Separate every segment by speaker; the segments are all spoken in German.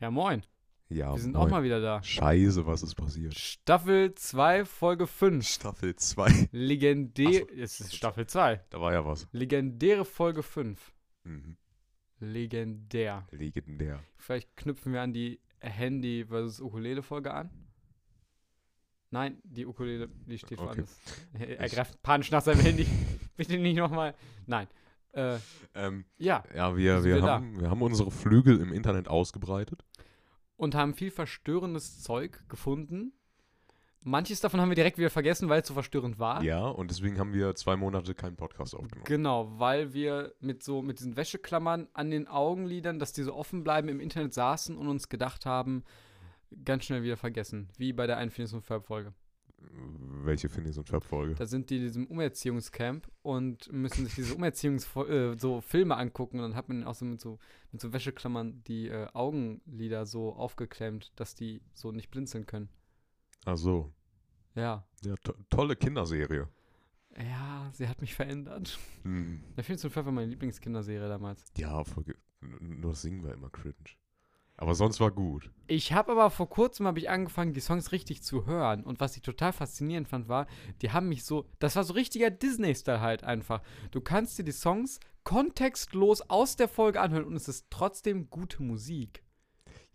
Speaker 1: Ja, moin.
Speaker 2: Ja,
Speaker 1: Wir sind auch
Speaker 2: moin.
Speaker 1: mal wieder da.
Speaker 2: Scheiße, was ist passiert?
Speaker 1: Staffel 2, Folge 5.
Speaker 2: Staffel 2.
Speaker 1: Legendär.
Speaker 2: Ach so.
Speaker 1: Es ist Staffel 2.
Speaker 2: Da war ja was.
Speaker 1: Legendäre Folge 5.
Speaker 2: Mhm.
Speaker 1: Legendär.
Speaker 2: Legendär.
Speaker 1: Vielleicht knüpfen wir an die Handy versus Ukulele Folge an. Nein, die Ukulele, die steht
Speaker 2: Okay.
Speaker 1: woanders. Er er greift panisch nach seinem Handy. Bitte nicht nochmal. Nein. Äh,
Speaker 2: Ähm,
Speaker 1: ja,
Speaker 2: ja,
Speaker 1: Sind
Speaker 2: wir,
Speaker 1: wir
Speaker 2: wir,
Speaker 1: da?
Speaker 2: haben, wir haben unsere Flügel im Internet ausgebreitet.
Speaker 1: und haben viel verstörendes Zeug gefunden. Manches davon haben wir direkt wieder vergessen, weil es so verstörend war.
Speaker 2: Ja, und deswegen haben wir zwei Monate keinen Podcast aufgenommen.
Speaker 1: Genau, weil wir mit so mit diesen Wäscheklammern an den Augenlidern, dass die so offen bleiben, im Internet saßen und uns gedacht haben, ganz schnell wieder vergessen, wie bei der Einfindungs- und Verfolge.
Speaker 2: Welche Phineas und Ferb-Folge?
Speaker 1: Da sind die in diesem Umerziehungscamp und müssen sich diese Umerziehungs äh, so Filme angucken und dann hat man auch so mit so mit so Wäscheklammern die äh, Augenlider so aufgeklemmt, dass die so nicht blinzeln können.
Speaker 2: Ach so.
Speaker 1: Ja.
Speaker 2: Ja, to tolle Kinderserie.
Speaker 1: Ja, sie hat mich verändert.
Speaker 2: Hm.
Speaker 1: Der Film zum Pfeffer war meine Lieblingskinderserie damals.
Speaker 2: Ja, Folge. n- Nur das Singen war immer cringe. Aber sonst war gut.
Speaker 1: Ich habe aber vor kurzem habe ich angefangen, die Songs richtig zu hören. Und was ich total faszinierend fand, war, die haben mich so, das war so richtiger Disney-Style halt einfach. Du kannst dir die Songs kontextlos aus der Folge anhören und es ist trotzdem gute Musik.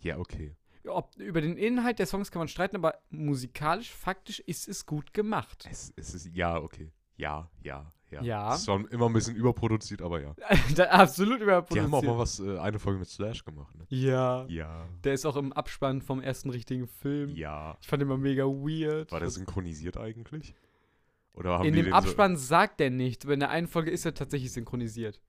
Speaker 2: Ja, okay.
Speaker 1: Ob, über den Inhalt der Songs kann man streiten, aber musikalisch, faktisch ist es gut gemacht.
Speaker 2: Es, es ist. Ja, okay. Ja, ja, ja.
Speaker 1: Ja.
Speaker 2: Es war immer ein bisschen überproduziert, aber ja.
Speaker 1: da, absolut
Speaker 2: Die haben auch mal
Speaker 1: überproduziert.
Speaker 2: was, äh, eine Folge mit Slash gemacht, ne?
Speaker 1: Ja.
Speaker 2: Ja.
Speaker 1: Der ist auch im Abspann vom ersten richtigen Film.
Speaker 2: Ja.
Speaker 1: Ich fand den immer mega weird.
Speaker 2: War der synchronisiert eigentlich? Oder haben
Speaker 1: In
Speaker 2: die
Speaker 1: dem
Speaker 2: den
Speaker 1: Abspann sagt er nicht, aber in der einen Folge ist er tatsächlich synchronisiert.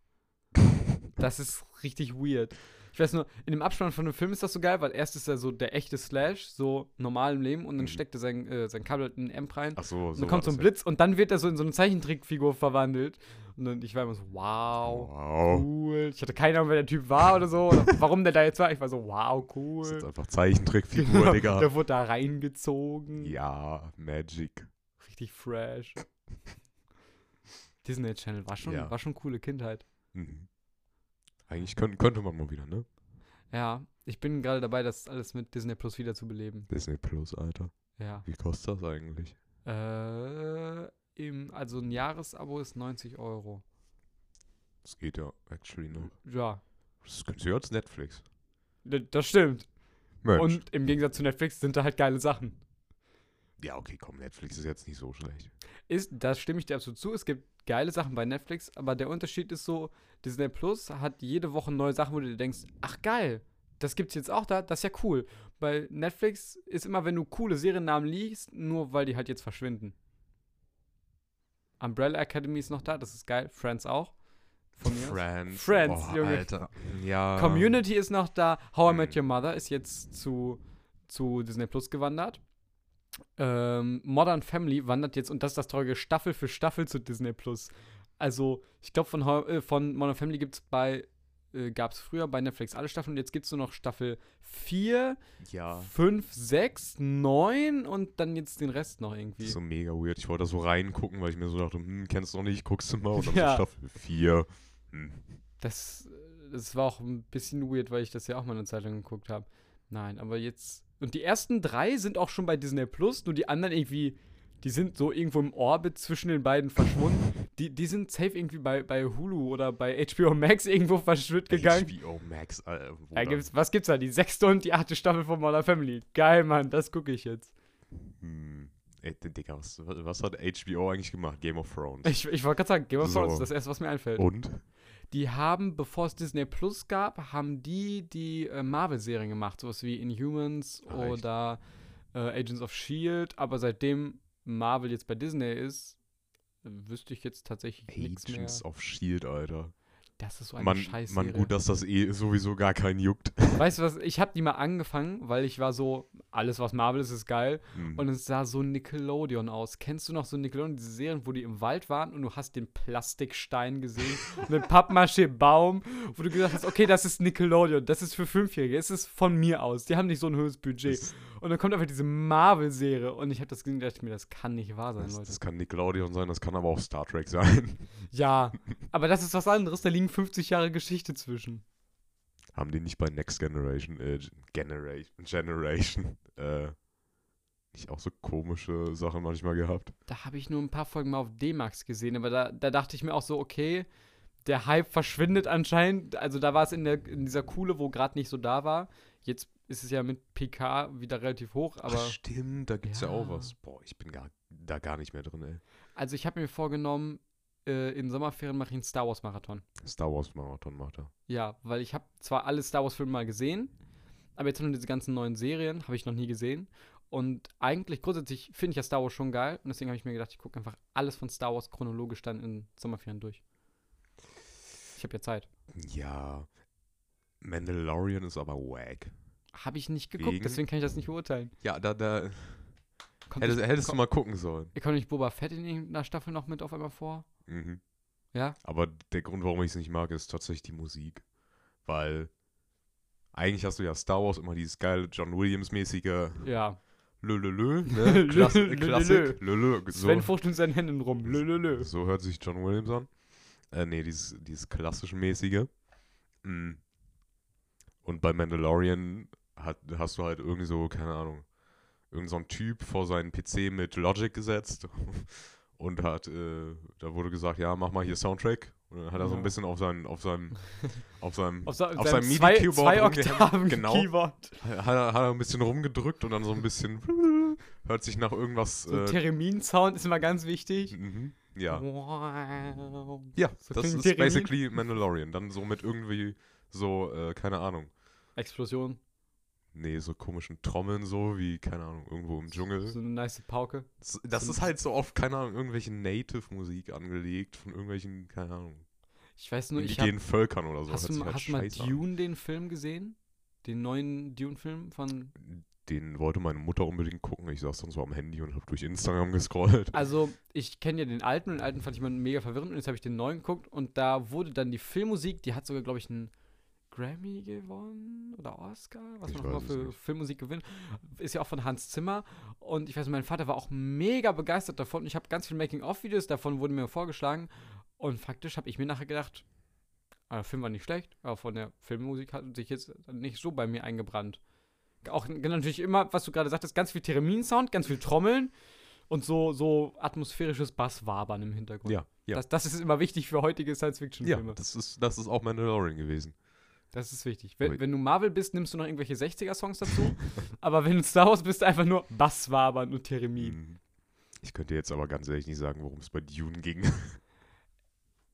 Speaker 1: Das ist richtig weird. Ich weiß nur, in dem Abspann von dem Film ist das so geil, weil erst ist er so der echte Slash, so normal im Leben, und dann
Speaker 2: Mhm.
Speaker 1: steckt er sein, äh, sein Kabel halt in den Amp rein.
Speaker 2: So, ach so,
Speaker 1: und
Speaker 2: so also-
Speaker 1: dann
Speaker 2: war
Speaker 1: kommt so
Speaker 2: das
Speaker 1: ein Blitz und dann wird er so in so eine Zeichentrickfigur verwandelt. Und dann, ich war immer so,
Speaker 2: Ja.
Speaker 1: wow,
Speaker 2: Wow.
Speaker 1: cool. Ich hatte keine Ahnung, wer der Typ war oder so, oder warum der da jetzt war. Ich war so, wow,
Speaker 2: Das ist
Speaker 1: cool.
Speaker 2: jetzt einfach Zeichentrickfigur,
Speaker 1: Genau,
Speaker 2: Digga.
Speaker 1: Der wurde da reingezogen.
Speaker 2: Ja, Magic.
Speaker 1: Richtig fresh. Disney Channel war schon,
Speaker 2: Ja.
Speaker 1: war schon coole Kindheit.
Speaker 2: Mhm. Eigentlich könnte, könnte man mal wieder, ne?
Speaker 1: Ja, ich bin gerade dabei, das alles mit Disney Plus wieder zu beleben.
Speaker 2: Disney Plus, Alter.
Speaker 1: Ja.
Speaker 2: Wie kostet das eigentlich?
Speaker 1: Äh, im, also ein Jahresabo ist 90 Euro.
Speaker 2: Das geht ja actually noch.
Speaker 1: Ja,
Speaker 2: Das ist günstiger als Netflix.
Speaker 1: d- das stimmt.
Speaker 2: Mensch.
Speaker 1: Und im Gegensatz zu Netflix sind da halt geile Sachen.
Speaker 2: ja, okay, komm, Netflix ist jetzt nicht so schlecht.
Speaker 1: Ist, da stimme ich dir absolut zu, es gibt geile Sachen bei Netflix, aber der Unterschied ist so, Disney Plus hat jede Woche neue Sachen, wo du dir denkst, ach geil, das gibt's jetzt auch da, das ist ja cool. Bei Netflix ist immer, wenn du coole Seriennamen liest, nur weil die halt jetzt verschwinden. Umbrella Academy ist noch da, das ist geil, Friends auch. Von mir. aus.
Speaker 2: Friends.
Speaker 1: Friends,
Speaker 2: Boah,
Speaker 1: Junge.
Speaker 2: Alter. Ja.
Speaker 1: Community ist noch da. How I Met
Speaker 2: Mhm.
Speaker 1: Your Mother ist jetzt zu, zu Disney Plus gewandert. Ähm, Modern Family wandert jetzt, und das ist das traurige, Staffel für Staffel zu Disney Plus. Also, ich glaube, von, How- äh, von Modern Family gibt es bei, äh, gab es früher bei Netflix alle Staffeln, und jetzt gibt es nur noch Staffel 4,
Speaker 2: Ja.
Speaker 1: 5, 6, 9 und dann jetzt den Rest noch irgendwie.
Speaker 2: Das ist so mega weird. Ich wollte da so reingucken, weil ich mir so dachte, hm, kennst du noch nicht, guckst du mal. Und dann
Speaker 1: Ja.
Speaker 2: so Staffel 4. Hm.
Speaker 1: Das, äh, das war auch ein bisschen weird, weil ich das ja auch mal in der Zeitung geguckt habe. Nein, aber jetzt. Und die ersten drei sind auch schon bei Disney Plus, nur die anderen irgendwie, die sind so irgendwo im Orbit zwischen den beiden verschwunden. Die, die sind safe irgendwie bei, bei Hulu oder bei HBO Max irgendwo verschwitzt gegangen.
Speaker 2: HBO Max. Äh,
Speaker 1: Da gibt's, was gibt's da? Die sechste und die achte Staffel von Modern Family. Geil, Mann, das gucke ich jetzt.
Speaker 2: hm. Ey, D- Digga, was, was hat HBO eigentlich gemacht? Game of Thrones.
Speaker 1: Ich, ich wollte gerade sagen, Game of
Speaker 2: So.
Speaker 1: Thrones, das ist das erste, was mir einfällt.
Speaker 2: Und?
Speaker 1: Die haben, bevor es Disney Plus gab, haben die die äh, Marvel-Serien gemacht, sowas wie Inhumans
Speaker 2: Ach, Ah, echt?
Speaker 1: oder äh, Agents of Shield. Aber seitdem Marvel jetzt bei Disney ist, wüsste ich jetzt tatsächlich nichts mehr.
Speaker 2: Agents of Shield, E Alter.
Speaker 1: Das ist so eine
Speaker 2: Man, man
Speaker 1: Scheißserie.
Speaker 2: gut, dass das eh sowieso gar keinen juckt.
Speaker 1: weißt du was? Ich habe die mal angefangen, weil ich war so, alles was Marvel ist, ist geil.
Speaker 2: Hm.
Speaker 1: Und es sah so Nickelodeon aus. Kennst du noch so Nickelodeon, diese Serien, wo die im Wald waren und du hast den Plastikstein gesehen, einen Pappmaché-Baum, wo du gesagt hast, okay, das ist Nickelodeon, das ist für Fünfjährige, es ist von mir aus, die haben nicht so ein höheres Budget.
Speaker 2: das,
Speaker 1: Und dann kommt einfach diese Marvel-Serie und ich habe das gesehen und dachte mir, das kann nicht wahr sein,
Speaker 2: das,
Speaker 1: Leute.
Speaker 2: das kann Nickelodeon sein, das kann aber auch Star Trek sein.
Speaker 1: Ja, aber das ist was anderes, da liegen 50 Jahre Geschichte zwischen.
Speaker 2: Haben die nicht bei Next Generation, äh, Generation, Generation, äh, nicht auch so komische Sachen manchmal gehabt?
Speaker 1: Da habe ich nur ein paar Folgen mal auf D-Max gesehen, aber da, da dachte ich mir auch so, okay, der Hype verschwindet anscheinend. Also da war es in, der- in dieser Kuhle, wo gerade nicht so da war. Jetzt ist es ja mit PK wieder relativ hoch, aber.
Speaker 2: Ach, stimmt, da gibt's ja. auch
Speaker 1: Ja.
Speaker 2: was. Boah, ich bin gar, da gar nicht mehr drin, ey.
Speaker 1: Also ich habe mir vorgenommen, äh, in Sommerferien mache ich einen Star Wars Marathon.
Speaker 2: Star Wars Marathon macht er.
Speaker 1: Ja, weil ich habe zwar alle Star Wars Filme mal gesehen, aber jetzt nur diese ganzen neuen Serien habe ich noch nie gesehen. Und eigentlich grundsätzlich finde ich ja Star Wars schon geil und deswegen habe ich mir gedacht, ich gucke einfach alles von Star Wars chronologisch dann in Sommerferien durch. Ich habe ja Zeit.
Speaker 2: Ja. Mandalorian ist aber wack.
Speaker 1: Habe ich nicht geguckt,
Speaker 2: Wegen?
Speaker 1: deswegen kann ich das nicht beurteilen.
Speaker 2: Ja, da, da,
Speaker 1: Kommt
Speaker 2: hättest,
Speaker 1: nicht,
Speaker 2: hättest du mal gucken sollen.
Speaker 1: kommt nicht Boba Fett in irgendeiner Staffel noch mit auf einmal vor?
Speaker 2: Mhm.
Speaker 1: Ja.
Speaker 2: Aber der Grund, warum ich es nicht mag, ist tatsächlich die Musik. Weil eigentlich hast du ja Star Wars immer dieses geile John Williams-mäßige
Speaker 1: Ja.
Speaker 2: Lö-Lö-Lö, ne? Klass
Speaker 1: Lö, lö, lö,
Speaker 2: Klassik. Lö-Lö.
Speaker 1: Sven
Speaker 2: So,
Speaker 1: fuchtelt mit seinen Händen rum. Lö, lö, lö.
Speaker 2: so hört sich John Williams an. Äh, nee, dieses, dieses klassisch-mäßige. Mm. Und bei Mandalorian hat, hast du halt irgendwie so, keine Ahnung, irgend so ein Typ vor seinen PC mit Logic gesetzt und hat, äh, da wurde gesagt, ja, mach mal hier Soundtrack. Und dann hat er so
Speaker 1: Ja.
Speaker 2: ein bisschen auf seinen, auf seinem, auf seinem,
Speaker 1: Auf, sa
Speaker 2: auf
Speaker 1: seinem
Speaker 2: seinem
Speaker 1: zwei,
Speaker 2: MIDI-Keyboard
Speaker 1: zwei
Speaker 2: rumgehängt.
Speaker 1: Oktaven
Speaker 2: Genau.
Speaker 1: Keyboard.
Speaker 2: hat er, hat er ein bisschen rumgedrückt und dann so ein bisschen, hört sich nach irgendwas,
Speaker 1: So ein
Speaker 2: äh,
Speaker 1: Theremin-Sound ist immer ganz wichtig.
Speaker 2: mhm, ja.
Speaker 1: Wow.
Speaker 2: Ja,
Speaker 1: So
Speaker 2: das
Speaker 1: klingt
Speaker 2: ist
Speaker 1: Jeremy.
Speaker 2: basically Mandalorian. Dann so mit irgendwie so, äh, keine Ahnung.
Speaker 1: Explosion.
Speaker 2: Nee, so komischen Trommeln so, wie, keine Ahnung, irgendwo im Dschungel.
Speaker 1: So eine nice Pauke.
Speaker 2: S- Das
Speaker 1: so-
Speaker 2: ist halt so oft, keine Ahnung, irgendwelche Native-Musik angelegt von irgendwelchen, keine Ahnung,
Speaker 1: Ich weiß nur, ich hab,
Speaker 2: indigenen Völdern oder so.
Speaker 1: hast
Speaker 2: Hört
Speaker 1: du,
Speaker 2: sich
Speaker 1: mal-
Speaker 2: halt
Speaker 1: hast du mal
Speaker 2: scheiße an.
Speaker 1: Dune den Film gesehen? Den neuen Dune-Film von.
Speaker 2: Äh. Den wollte meine Mutter unbedingt gucken. Ich saß dann so am Handy und hab durch Instagram gescrollt.
Speaker 1: Also, ich kenne ja den alten und den alten fand ich immer mega verwirrend und jetzt habe ich den neuen geguckt und da wurde dann die Filmmusik, die hat sogar, glaube ich, einen Grammy gewonnen oder Oscar, was
Speaker 2: Ich
Speaker 1: man auch immer
Speaker 2: weiß es
Speaker 1: für
Speaker 2: nicht.
Speaker 1: Filmmusik gewinnt. Ist ja auch von Hans Zimmer und ich weiß, mein Vater war auch mega begeistert davon und ich habe ganz viele Making-of-Videos davon wurden mir vorgeschlagen und faktisch habe ich mir nachher gedacht, ah, der Film war nicht schlecht, aber von der Filmmusik hat sich jetzt nicht so bei mir eingebrannt. Auch genau, natürlich immer, was du gerade sagtest, ganz viel Theremin-Sound, ganz viel Trommeln und so, so atmosphärisches Basswabern im Hintergrund.
Speaker 2: Ja, ja.
Speaker 1: Das, das ist immer wichtig für heutige
Speaker 2: ja,
Speaker 1: Science-Fiction-Filme.
Speaker 2: das ist, das ist auch Mandalorian gewesen.
Speaker 1: Das ist wichtig. Wenn,
Speaker 2: Aber-
Speaker 1: wenn du Marvel bist, nimmst du noch irgendwelche 60er-Songs dazu. aber wenn du Star Wars bist, einfach nur Basswabern und Theremin.
Speaker 2: Mhm. Ich könnte jetzt aber ganz ehrlich nicht sagen, worum es bei Dune ging.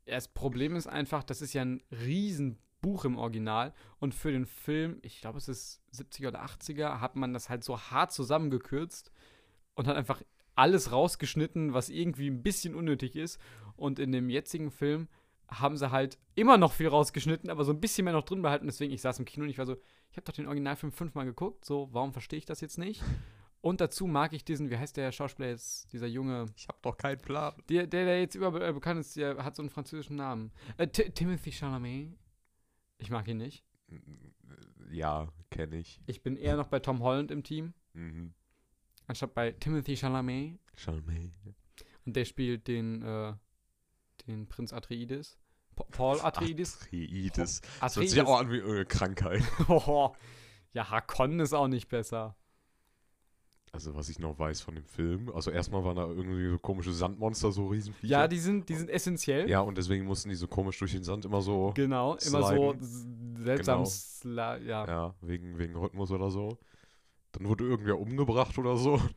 Speaker 1: Ja, Das Problem ist einfach, das ist ja ein Riesenbuch im Original. Und für den Film, ich glaube, es ist 70er oder 80er, hat man das halt so hart zusammengekürzt und hat einfach alles rausgeschnitten, was irgendwie ein bisschen unnötig ist. Und in dem jetzigen Film haben sie halt immer noch viel rausgeschnitten, aber so ein bisschen mehr noch drin behalten. Deswegen, ich saß im Kino und ich war so, ich habe doch den Originalfilm fünfmal geguckt, so, warum verstehe ich das jetzt nicht? Und dazu mag ich diesen, wie heißt der Schauspieler jetzt, dieser junge
Speaker 2: Ich habe doch keinen Plan.
Speaker 1: der, der, der jetzt überall äh, bekannt ist, der hat so einen französischen Namen. Äh, Ti- Timothy Chalamet. Ich mag ihn nicht.
Speaker 2: Ja, kenne ich.
Speaker 1: Ich bin eher noch bei Tom Holland im Team,
Speaker 2: Mhm.
Speaker 1: anstatt bei Timothy Chalamet.
Speaker 2: Charmaine.
Speaker 1: Und der spielt den, äh, den Prinz Atreides. Pa Paul Atreides.
Speaker 2: Atreides. Das hört
Speaker 1: Atreides.
Speaker 2: sich auch an wie irgendeine Krankheit.
Speaker 1: Hoho. ja, Hakon ist auch nicht besser.
Speaker 2: Also, was ich noch weiß von dem Film. Also, erstmal waren da irgendwie so komische Sandmonster, so Riesenviecher.
Speaker 1: Ja, die sind, die sind essentiell.
Speaker 2: ja, und deswegen mussten die so komisch durch den Sand immer so.
Speaker 1: Genau, immer so
Speaker 2: Sliden.
Speaker 1: s- seltsam.
Speaker 2: Genau.
Speaker 1: Sla ja.
Speaker 2: Ja, wegen, wegen Rhythmus oder so. Dann wurde irgendwer umgebracht oder so.
Speaker 1: Das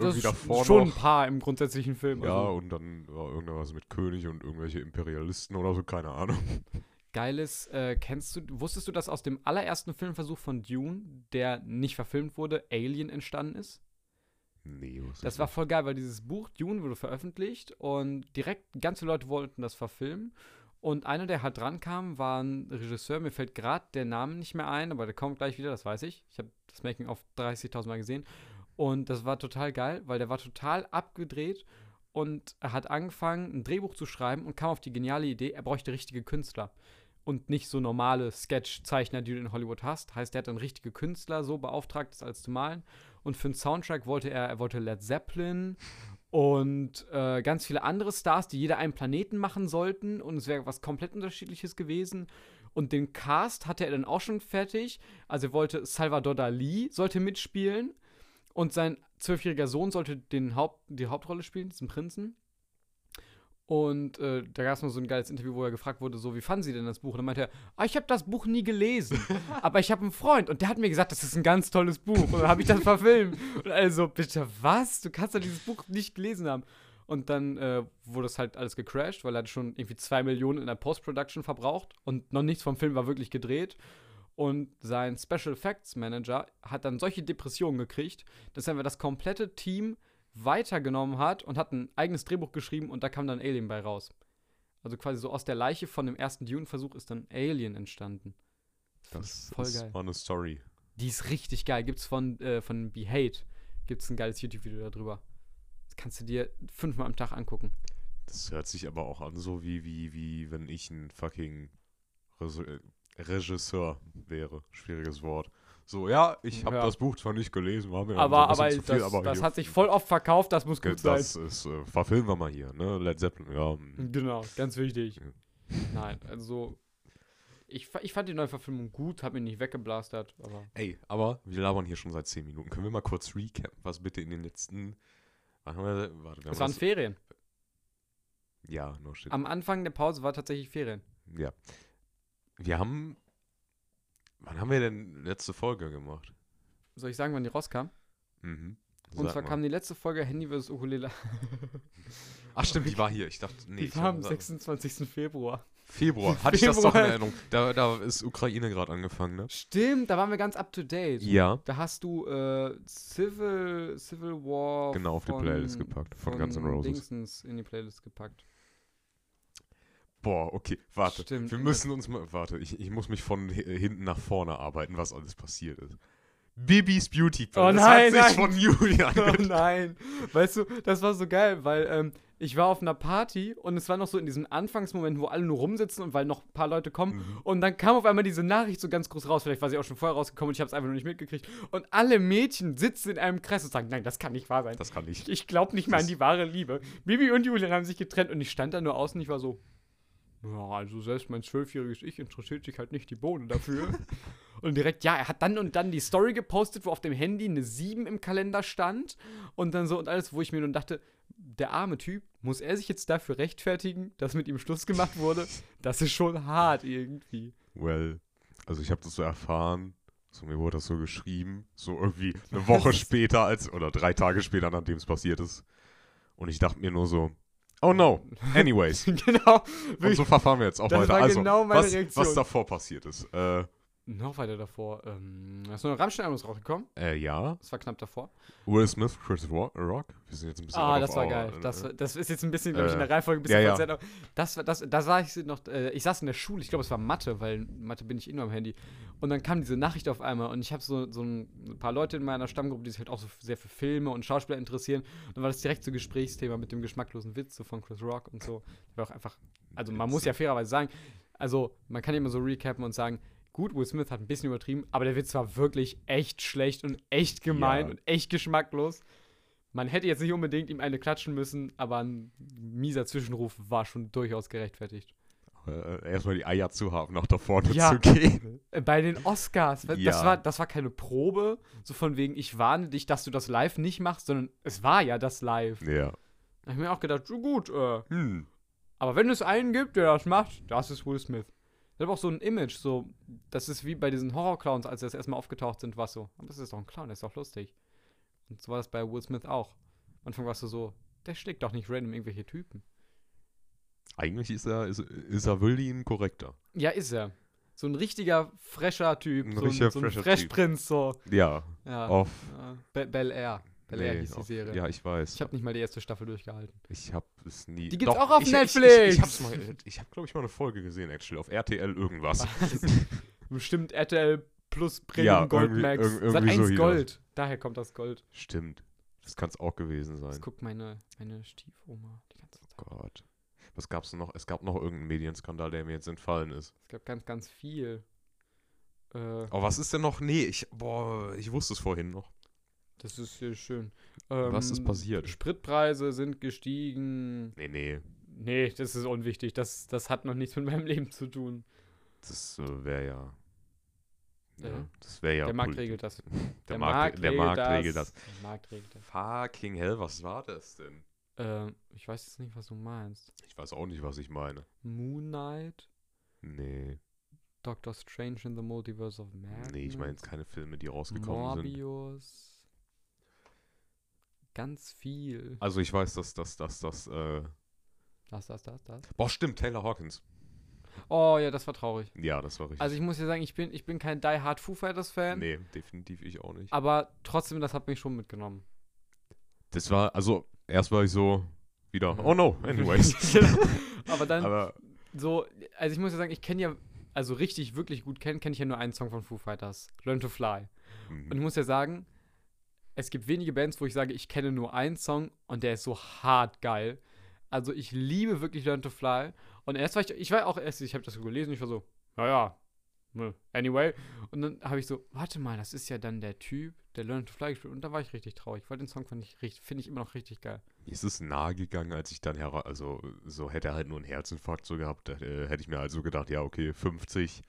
Speaker 2: irgendwie
Speaker 1: ist
Speaker 2: davor
Speaker 1: schon ein
Speaker 2: noch.
Speaker 1: paar im grundsätzlichen Film.
Speaker 2: Ja,
Speaker 1: also-
Speaker 2: und dann war irgendwas mit König und irgendwelche Imperialisten oder so, keine Ahnung.
Speaker 1: Geiles, äh, kennst du, wusstest du, dass aus dem allerersten Filmversuch von Dune, der nicht verfilmt wurde, Alien entstanden ist?
Speaker 2: Nee, was
Speaker 1: Das war voll geil, weil dieses Buch Dune wurde veröffentlicht und direkt ganz viele Leute wollten das verfilmen. Und einer, der halt dran kam, war ein Regisseur. Mir fällt gerade der Name nicht mehr ein, aber der kommt gleich wieder, das weiß ich. Ich habe das Making of 30.000 Mal gesehen. Und das war total geil, weil der war total abgedreht und er hat angefangen, ein Drehbuch zu schreiben und kam auf die geniale Idee, er bräuchte richtige Künstler. Und nicht so normale Sketch-Zeichner, die du in Hollywood hast. Heißt, er hat dann richtige Künstler so beauftragt, das alles zu malen. Und für den Soundtrack wollte er, er wollte Led Zeppelin und äh, ganz viele andere Stars, die jeder einen Planeten machen sollten. Und es wäre was komplett unterschiedliches gewesen. Und den Cast hatte er dann auch schon fertig. Also er wollte Salvador Dali sollte mitspielen. Und sein zwölfjähriger Sohn sollte den Haupt, die Hauptrolle spielen, diesen Prinzen. Und äh, da gab es mal so ein geiles Interview, wo er gefragt wurde, so, wie fanden Sie denn das Buch? Und dann meinte er, ah, ich habe das Buch nie gelesen, aber ich habe einen Freund und der hat mir gesagt, das ist ein ganz tolles Buch. Und dann habe ich das verfilmt. Und also, bitte, was? Du kannst doch dieses Buch nicht gelesen haben. Und dann äh, wurde das halt alles gecrashed, weil er hat schon irgendwie zwei Millionen in der Post-Production verbraucht und noch nichts vom Film war wirklich gedreht. Und sein Special Effects Manager hat dann solche Depressionen gekriegt, dass er das komplette Team weitergenommen hat und hat ein eigenes Drehbuch geschrieben und da kam dann Alien bei raus. Also quasi so aus der Leiche von dem ersten Dune-Versuch ist dann Alien entstanden. Find ich
Speaker 2: Das ist mal eine Story.
Speaker 1: Die ist richtig geil. Gibt's von, äh, von Behate. Gibt's ein geiles YouTube-Video darüber. Das kannst du dir fünfmal am Tag angucken.
Speaker 2: Das hört sich aber auch an, so wie, wie, wie wenn ich ein fucking Rese- äh, Regisseur wäre. Schwieriges Wort. So, ja, ich habe
Speaker 1: Ja.
Speaker 2: das Buch zwar nicht gelesen, war mir
Speaker 1: aber
Speaker 2: so
Speaker 1: aber,
Speaker 2: ein bisschen zu viel,
Speaker 1: das,
Speaker 2: aber
Speaker 1: das
Speaker 2: hier,
Speaker 1: hat sich voll oft verkauft, das muss
Speaker 2: ge-
Speaker 1: gut sein.
Speaker 2: Das ist, äh, verfilmen wir mal hier, ne? Led Zeppelin, ja. hm.
Speaker 1: Genau, ganz wichtig.
Speaker 2: Ja.
Speaker 1: Nein, also ich, fa- ich fand die neue Verfilmung gut, hab mich nicht weggeblastert, aber
Speaker 2: Ey, aber wir labern hier schon seit 10 Minuten. Können wir mal kurz recappen, was bitte in den letzten. Warte, warte, warte wir
Speaker 1: es
Speaker 2: haben
Speaker 1: waren Ah.
Speaker 2: das,
Speaker 1: Ferien.
Speaker 2: Ja, no shit.
Speaker 1: Am Anfang der Pause war tatsächlich Ferien.
Speaker 2: Ja. Wir haben. Wann haben wir denn letzte Folge gemacht?
Speaker 1: Soll ich sagen, wann die rauskam?
Speaker 2: Mhm.
Speaker 1: Und
Speaker 2: Sag
Speaker 1: zwar
Speaker 2: mal.
Speaker 1: kam die letzte Folge Handy vs. Ukulele.
Speaker 2: Ach stimmt, die war hier. Ich dachte, nee,
Speaker 1: die
Speaker 2: ich
Speaker 1: war
Speaker 2: hab
Speaker 1: am
Speaker 2: gesagt-
Speaker 1: 26. Februar.
Speaker 2: Februar. Hatte ich das doch in
Speaker 1: Februar.
Speaker 2: Erinnerung. Da, da ist Ukraine gerade angefangen, ne?
Speaker 1: Stimmt, da waren wir ganz up to date.
Speaker 2: Ja.
Speaker 1: Da hast du äh, Civil, Civil War.
Speaker 2: Genau, auf die Playlist gepackt, von Guns N' Roses.
Speaker 1: Dingsens in die Playlist gepackt.
Speaker 2: Boah, okay. Warte.
Speaker 1: Stimmt,
Speaker 2: wir
Speaker 1: ja.
Speaker 2: müssen uns mal. Warte, ich, ich muss mich von h- hinten nach vorne arbeiten, was alles passiert ist. Bibis Beauty Palace
Speaker 1: Oh, nein,
Speaker 2: hat sich
Speaker 1: nein.
Speaker 2: von Juli
Speaker 1: Oh
Speaker 2: angetan.
Speaker 1: nein. Weißt du, das war so geil, weil ähm, ich war auf einer Party und es war noch so in diesem Anfangsmoment, wo alle nur rumsitzen und weil noch ein paar Leute kommen.
Speaker 2: Mhm.
Speaker 1: Und dann kam auf einmal diese Nachricht so ganz groß raus. Vielleicht war sie auch schon vorher rausgekommen und ich habe es einfach nur nicht mitgekriegt. Und alle Mädchen sitzen in einem Kreis und sagen, nein, das kann nicht wahr sein.
Speaker 2: Das kann ich.
Speaker 1: ich glaube nicht mehr
Speaker 2: das-
Speaker 1: an die wahre Liebe. Bibi und Julian haben sich getrennt und ich stand da nur außen. Ich war so, ja, also selbst mein zwölfjähriges Ich interessiert sich halt nicht die Bohne dafür. und direkt, ja, er hat dann und dann die Story gepostet, wo auf dem Handy eine 7 im Kalender stand. Und dann so und alles, wo ich mir nun dachte, der arme Typ, muss er sich jetzt dafür rechtfertigen, dass mit ihm Schluss gemacht wurde? Das ist schon hart irgendwie.
Speaker 2: Well, also ich habe das so erfahren, so mir wurde das so geschrieben, so irgendwie eine Woche später als oder drei Tage später, nachdem es passiert ist. Und ich dachte mir nur so, oh no, anyways.
Speaker 1: genau.
Speaker 2: Und so verfahren wir jetzt auch
Speaker 1: Das
Speaker 2: weiter.
Speaker 1: war
Speaker 2: Also,
Speaker 1: genau meine
Speaker 2: was,
Speaker 1: Reaktion.
Speaker 2: was davor passiert ist. Äh,
Speaker 1: Noch weiter davor. Ähm, hast du noch Rammstein-Albums rausgekommen?
Speaker 2: äh, ja,
Speaker 1: Das war knapp davor.
Speaker 2: Will Smith, Chris Ro- Rock. Wir sind jetzt ein bisschen out
Speaker 1: Ah,
Speaker 2: of
Speaker 1: das war
Speaker 2: our-
Speaker 1: geil. Das, war- das ist jetzt ein bisschen, glaube ich, in
Speaker 2: Äh,
Speaker 1: der Reihenfolge ein
Speaker 2: ja,
Speaker 1: bisschen
Speaker 2: ja.
Speaker 1: verzerrt. aber Das, war- das, da saß ich noch, äh, ich saß in der Schule, ich glaube, es war Mathe, weil in Mathe bin ich eh nur am Handy. Und dann kam diese Nachricht auf einmal und ich habe so, so ein paar Leute in meiner Stammgruppe, die sich halt auch so sehr für Filme und Schauspieler interessieren. Und dann war das direkt so Gesprächsthema mit dem geschmacklosen Witz so von Chris Rock und so. Der war auch einfach, also man muss ja fairerweise sagen, also man kann immer so recappen und sagen, gut, Will Smith hat ein bisschen übertrieben, aber der Witz war wirklich echt schlecht und echt gemein
Speaker 2: Ja.
Speaker 1: und echt geschmacklos. Man hätte jetzt nicht unbedingt ihm eine klatschen müssen, aber ein mieser Zwischenruf war schon durchaus gerechtfertigt.
Speaker 2: äh, erstmal die Eier zu haben, nach da vorne
Speaker 1: Ja.
Speaker 2: zu gehen.
Speaker 1: Äh, Bei den Oscars, wa-
Speaker 2: Ja.
Speaker 1: das, war, das war keine Probe, so von wegen, ich warne dich, dass du das live nicht machst, sondern es war ja das live.
Speaker 2: Ja.
Speaker 1: Da habe ich mir auch gedacht, so gut, äh,
Speaker 2: Hm.
Speaker 1: aber wenn es einen gibt, der das macht, das ist Will Smith. Der hat auch so ein Image, so, das ist wie bei diesen Horror-Clowns, als sie das erstmal aufgetaucht sind, war es so, aber das ist doch ein Clown, das ist doch lustig. Und so war das bei Will Smith auch. Am Anfang warst du so, der schlägt doch nicht random irgendwelche Typen.
Speaker 2: Eigentlich ist er, ist, ist er William korrekter.
Speaker 1: Ja, ist er. So ein richtiger fresher Typ.
Speaker 2: Ein
Speaker 1: so
Speaker 2: richtiger
Speaker 1: ein, so ein
Speaker 2: fresher
Speaker 1: Fresh
Speaker 2: Typ.
Speaker 1: Prinz, so.
Speaker 2: Ja,
Speaker 1: Ja.
Speaker 2: auf.
Speaker 1: Ja. Be Bel Air. Bel Air
Speaker 2: nee,
Speaker 1: Ah. hieß die
Speaker 2: auf-
Speaker 1: Serie.
Speaker 2: Ja, ich weiß.
Speaker 1: Ich habe nicht mal die erste Staffel durchgehalten.
Speaker 2: Ich habe es nie.
Speaker 1: Die gibt's auch auf
Speaker 2: Ich, ich,
Speaker 1: Netflix.
Speaker 2: hab's mal- ich habe, glaube ich, mal eine Folge gesehen, actually, auf RTL irgendwas.
Speaker 1: Bestimmt RTL plus Premium
Speaker 2: Ja,
Speaker 1: Gold
Speaker 2: irgendwie-
Speaker 1: Max.
Speaker 2: irg- irgendwie
Speaker 1: Sat
Speaker 2: so
Speaker 1: 1
Speaker 2: hieß
Speaker 1: Gold. Daher kommt das Gold.
Speaker 2: Stimmt. Das kann es auch gewesen
Speaker 1: Das
Speaker 2: sein.
Speaker 1: guckt meine, meine Stiefoma die ganze Zeit.
Speaker 2: Gott. Was gab's denn noch? Es gab noch irgendeinen Medienskandal, der mir jetzt entfallen ist.
Speaker 1: Es gab ganz, ganz viel. Äh,
Speaker 2: Oh, was ist denn noch? Nee, ich, boah, ich wusste es vorhin noch.
Speaker 1: das ist hier schön. Ähm,
Speaker 2: Was ist passiert?
Speaker 1: Spritpreise sind gestiegen.
Speaker 2: Nee, nee.
Speaker 1: Nee, das ist unwichtig. Das, das hat noch nichts mit meinem Leben zu tun.
Speaker 2: Das wäre ja.
Speaker 1: Ja.
Speaker 2: ja. Das wäre ja.
Speaker 1: der Markt
Speaker 2: Poli-
Speaker 1: regelt das.
Speaker 2: Der, Markt, der Markt regelt das.
Speaker 1: Der Markt regelt das.
Speaker 2: Fucking hell, was war das denn?
Speaker 1: Ähm, ich weiß jetzt nicht, was du meinst.
Speaker 2: Ich weiß auch nicht, was ich meine.
Speaker 1: Moon Knight,
Speaker 2: Nee.
Speaker 1: Doctor Strange in the Multiverse of Madness.
Speaker 2: Nee, ich meine jetzt keine Filme, die rausgekommen sind.
Speaker 1: Morbius. Ganz viel.
Speaker 2: Also ich weiß, dass das, das, das, äh.
Speaker 1: Das, das, das, das.
Speaker 2: Boah, stimmt, Taylor Hawkins.
Speaker 1: Oh ja, das war traurig.
Speaker 2: Ja, das war richtig.
Speaker 1: Also ich muss ja sagen, ich bin, ich bin kein Die Hard Foo Fighters Fan,
Speaker 2: nee, definitiv ich auch nicht.
Speaker 1: aber trotzdem, das hat mich schon mitgenommen.
Speaker 2: Das war, also, erst war ich so wieder,
Speaker 1: Ja.
Speaker 2: oh no, anyways.
Speaker 1: Genau. aber dann
Speaker 2: Aber
Speaker 1: so, also ich muss ja sagen, ich kenne ja, also richtig, wirklich gut kennen, kenne ich ja nur einen Song von Foo Fighters, Learn to Fly. Und
Speaker 2: mh,
Speaker 1: ich muss ja sagen, es gibt wenige Bands, wo ich sage, ich kenne nur einen Song und der ist so hart geil. Also ich liebe wirklich Learn to Fly. Und erst war ich, ich war auch erst, ich habe das so gelesen, ich war so, naja, anyway. Und dann habe ich so, warte mal, das ist ja dann der Typ, der Learn to Fly gespielt. hat. Und da war ich richtig traurig, weil den Song fand ich richtig, finde ich immer noch richtig geil.
Speaker 2: mir ist es nahe gegangen, als ich dann heraus, also so hätte er halt nur einen Herzinfarkt so gehabt, äh, hätte ich mir also gedacht, ja, okay, 50,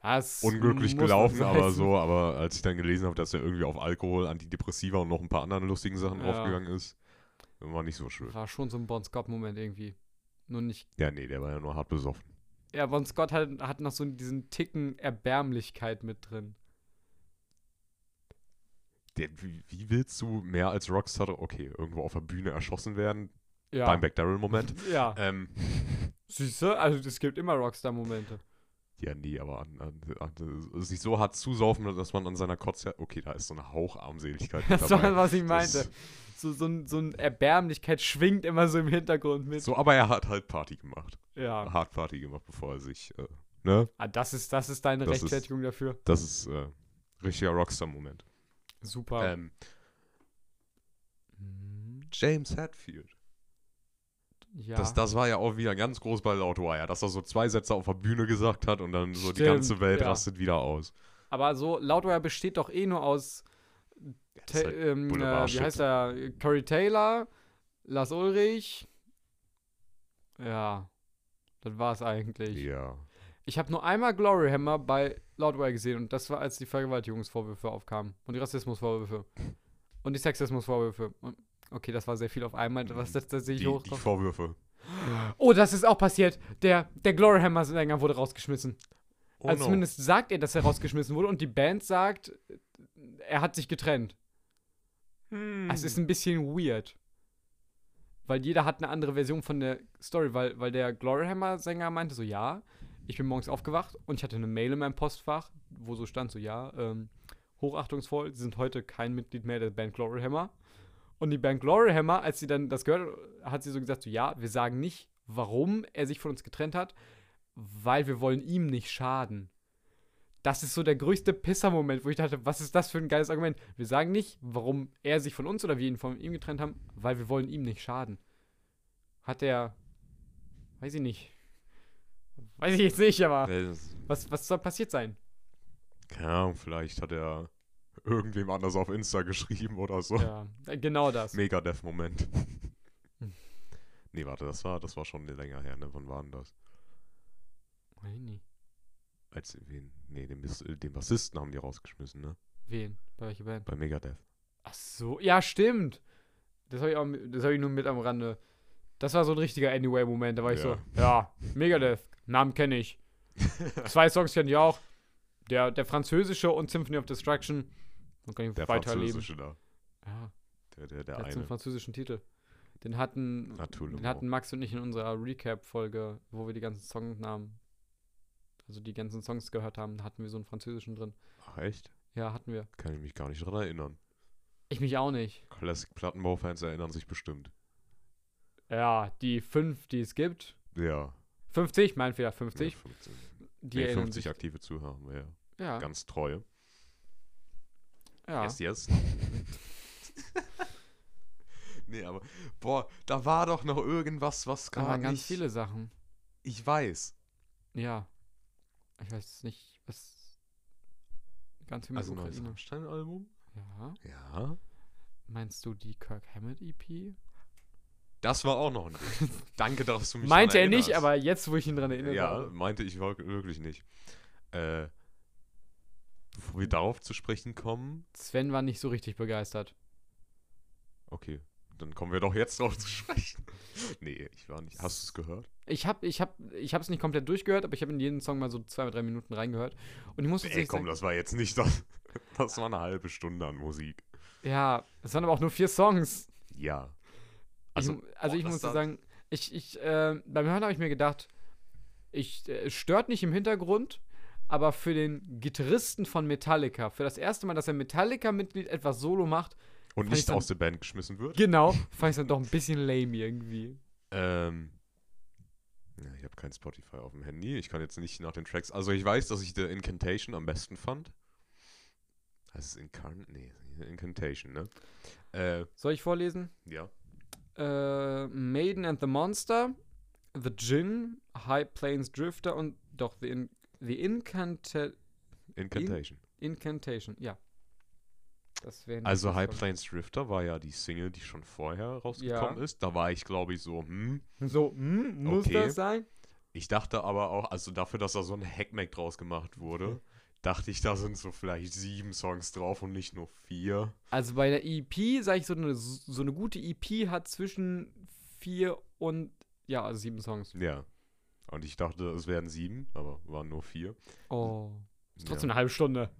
Speaker 1: Das
Speaker 2: unglücklich
Speaker 1: muss
Speaker 2: gelaufen,
Speaker 1: man
Speaker 2: aber
Speaker 1: heißen.
Speaker 2: so, aber als ich dann gelesen habe, dass er irgendwie auf Alkohol, Antidepressiva und noch ein paar anderen lustigen Sachen
Speaker 1: Ja.
Speaker 2: aufgegangen ist, war nicht so schön.
Speaker 1: War schon so ein Bon Scott-Moment irgendwie. Nur nicht.
Speaker 2: Ja, nee, der war ja nur hart besoffen.
Speaker 1: Ja, Bon Scott hat, hat noch so diesen Ticken Erbärmlichkeit mit drin.
Speaker 2: Der, wie, wie willst du mehr als Rockstar, okay, irgendwo auf der Bühne erschossen werden,
Speaker 1: Ja.
Speaker 2: beim McDarrell-Moment?
Speaker 1: ja.
Speaker 2: ähm,
Speaker 1: Süße, also es gibt immer Rockstar-Momente.
Speaker 2: ja, nee, aber an, an, an, sich so hart zusaufen, dass man an seiner Kotze, okay, da ist so eine Hauch Armseligkeit mit
Speaker 1: Das war,
Speaker 2: dabei.
Speaker 1: was ich
Speaker 2: Das-
Speaker 1: meinte. So, so, ein, so ein Erbärmlichkeit schwingt immer so im Hintergrund mit.
Speaker 2: So, aber er hat halt Party gemacht.
Speaker 1: Ja,
Speaker 2: Hart Party gemacht, bevor er sich, äh, ne?
Speaker 1: ah, das ist, das ist deine
Speaker 2: Das ist-
Speaker 1: Rechtfertigung dafür.
Speaker 2: Das ist äh, richtiger Rockstar-Moment.
Speaker 1: Super.
Speaker 2: Ähm,
Speaker 1: Mhm.
Speaker 2: James Hetfield.
Speaker 1: ja.
Speaker 2: Das, das war ja auch wieder ganz groß bei Loudwire, dass er so zwei Sätze auf der Bühne gesagt hat und dann so die
Speaker 1: Stimmt,
Speaker 2: ganze Welt
Speaker 1: ja.
Speaker 2: rastet wieder aus.
Speaker 1: Aber so, Loudwire besteht doch eh nur aus,
Speaker 2: Ja, das
Speaker 1: Ta
Speaker 2: ist halt,
Speaker 1: ähm, äh, wie
Speaker 2: Boulevardshit.
Speaker 1: heißt er? Corey Taylor, Lars Ulrich. Ja, das war's eigentlich.
Speaker 2: ja.
Speaker 1: Ich habe nur einmal Glory Hammer bei Loudwire gesehen und das war, als die Vergewaltigungsvorwürfe aufkamen und die Rassismusvorwürfe
Speaker 2: Hm.
Speaker 1: und die Sexismusvorwürfe. Und- Okay, das war sehr viel auf einmal. Was das tatsächlich
Speaker 2: Hm. Die,
Speaker 1: hoch?
Speaker 2: die Vorwürfe.
Speaker 1: Oh, das ist auch passiert. Der, der Glory Hammer Sänger wurde rausgeschmissen.
Speaker 2: Oh
Speaker 1: also
Speaker 2: no.
Speaker 1: zumindest sagt er, dass er rausgeschmissen wurde und die Band sagt, er hat sich getrennt.
Speaker 2: Hm.
Speaker 1: Es ist ein bisschen weird. Weil jeder hat eine andere Version von der Story, weil, weil der Gloryhammer-Sänger meinte so, ja, ich bin morgens aufgewacht und ich hatte eine Mail in meinem Postfach, wo so stand so, ja, ähm, hochachtungsvoll, sie sind heute kein Mitglied mehr der Band Gloryhammer. Und die Band Gloryhammer, als sie dann das gehört hat, hat sie so gesagt so, ja, wir sagen nicht, warum er sich von uns getrennt hat, weil wir wollen ihm nicht schaden. Das ist so der größte Pisser-Moment, wo ich dachte, was ist das für ein geiles Argument? Wir sagen nicht, warum er sich von uns oder wir ihn von ihm getrennt haben, weil wir wollen ihm nicht schaden. Hat er, weiß ich nicht, weiß ich jetzt nicht, aber
Speaker 2: Äh, das-
Speaker 1: was, was soll passiert sein?
Speaker 2: Keine Ahnung, vielleicht hat er irgendwem anders auf Insta geschrieben oder so.
Speaker 1: Ja, genau das.
Speaker 2: Mega Death-Moment.
Speaker 1: Hm.
Speaker 2: nee, warte, das war, das war schon länger her, ne? Wann war denn das?
Speaker 1: Weiß ich nicht.
Speaker 2: Als wen? Nee, den, Bas- den Bassisten haben die rausgeschmissen, ne?
Speaker 1: Wen? Bei welcher Band?
Speaker 2: Bei Megadeth.
Speaker 1: Ach so, ja, stimmt. Das habe ich, auch mit- das hab ich nur mit am Rande. Das war so ein richtiger Anyway-Moment. Da war ich
Speaker 2: Ja.
Speaker 1: so, ja, Megadeth, Namen kenne ich. Zwei Songs kenne ich auch. Der, der französische und Symphony of Destruction. Dann kann ich
Speaker 2: Der
Speaker 1: weiterleben.
Speaker 2: französische da.
Speaker 1: Ja,
Speaker 2: Der,
Speaker 1: der
Speaker 2: der, der
Speaker 1: hat so einen
Speaker 2: eine.
Speaker 1: französischen Titel. Den hatten,
Speaker 2: Natürlich.
Speaker 1: den hatten Max und ich in unserer Recap-Folge, wo wir die ganzen Songnamen, also die ganzen Songs gehört haben, da hatten wir so einen französischen drin.
Speaker 2: Ach echt?
Speaker 1: Ja, hatten wir.
Speaker 2: Kann ich mich gar nicht dran erinnern.
Speaker 1: Ich mich auch nicht.
Speaker 2: Classic-Plattenbaufans erinnern sich bestimmt.
Speaker 1: Ja, die fünf, die es gibt.
Speaker 2: Ja.
Speaker 1: 50, mein Fehler,
Speaker 2: ja,
Speaker 1: 50.
Speaker 2: 15.
Speaker 1: Die
Speaker 2: Nee,
Speaker 1: erinnern
Speaker 2: 50
Speaker 1: sich.
Speaker 2: aktive Zuhörer, haben wir ja.
Speaker 1: Ja,
Speaker 2: Ganz treue.
Speaker 1: ja.
Speaker 2: Yes, yes. nee, aber, boah, da war doch noch irgendwas, was
Speaker 1: Da
Speaker 2: gar
Speaker 1: waren
Speaker 2: nicht...
Speaker 1: ganz viele Sachen.
Speaker 2: Ich weiß.
Speaker 1: Ja. Ich weiß jetzt nicht, was. Ganz viel mit
Speaker 2: Also neues
Speaker 1: Ukraine.
Speaker 2: Rammstein-Album?
Speaker 1: Ja.
Speaker 2: Ja.
Speaker 1: E Meinst du die Kirk Hammett EP?
Speaker 2: Das war auch noch ein Ding. Danke, dass du mich dran
Speaker 1: Meinte er nicht,
Speaker 2: erinnerst.
Speaker 1: aber jetzt, wo ich ihn dran erinnere.
Speaker 2: Ja, meinte ich wohl- wirklich nicht. Äh, bevor wir darauf zu sprechen kommen,
Speaker 1: Sven war nicht so richtig begeistert.
Speaker 2: okay, dann kommen wir doch jetzt darauf zu sprechen. nee, ich war nicht. Hast du es gehört?
Speaker 1: Ich habe ich hab, ich hab's nicht komplett durchgehört, aber ich habe in jeden Song mal so zwei, drei Minuten reingehört. Und ich muss
Speaker 2: Ey,
Speaker 1: tatsächlich
Speaker 2: komm,
Speaker 1: sagen,
Speaker 2: das war jetzt nicht das. Das war eine halbe Stunde an Musik.
Speaker 1: ja, es waren aber auch nur vier Songs.
Speaker 2: Ja.
Speaker 1: Also
Speaker 2: Also,
Speaker 1: ich, also
Speaker 2: boah,
Speaker 1: ich
Speaker 2: das
Speaker 1: muss
Speaker 2: da-
Speaker 1: sagen, ich, ich, äh, beim Hören habe ich mir gedacht, ich, äh, es stört nicht im Hintergrund, aber für den Gitarristen von Metallica, für das erste Mal, dass ein Metallica-Mitglied etwas solo macht,
Speaker 2: und
Speaker 1: fand ich
Speaker 2: nicht
Speaker 1: dann-
Speaker 2: aus der Band geschmissen wird.
Speaker 1: genau, fand ich dann doch ein bisschen lame irgendwie.
Speaker 2: Ähm. Ja, ich habe kein Spotify auf dem Handy. Ich kann jetzt nicht nach den Tracks. Also ich weiß, dass ich The Incantation am besten fand. Heißt es Incarn? Nee, Incantation, ne? Äh,
Speaker 1: Soll ich vorlesen?
Speaker 2: ja.
Speaker 1: Äh, Maiden and the Monster, The Gin, High Plains Drifter und doch The, In the Incanta
Speaker 2: Incantation.
Speaker 1: Incantation, ja. Das wären die
Speaker 2: also
Speaker 1: vier
Speaker 2: High
Speaker 1: Songs.
Speaker 2: Plains Drifter war ja die Single, die schon vorher rausgekommen
Speaker 1: Ja.
Speaker 2: ist. Da war ich, glaube ich, so, hm.
Speaker 1: So, hm, muss
Speaker 2: Okay.
Speaker 1: das sein?
Speaker 2: Ich dachte aber auch, also dafür, dass da so ein Hackmack draus gemacht wurde, dachte ich, da sind so vielleicht sieben Songs drauf und nicht nur vier.
Speaker 1: Also bei der EP, sage ich, so eine, so eine gute EP hat zwischen vier und, ja, also sieben Songs.
Speaker 2: Ja. Und ich dachte, es wären sieben, aber waren nur vier.
Speaker 1: Oh. Ist
Speaker 2: Ja.
Speaker 1: trotzdem eine halbe Stunde.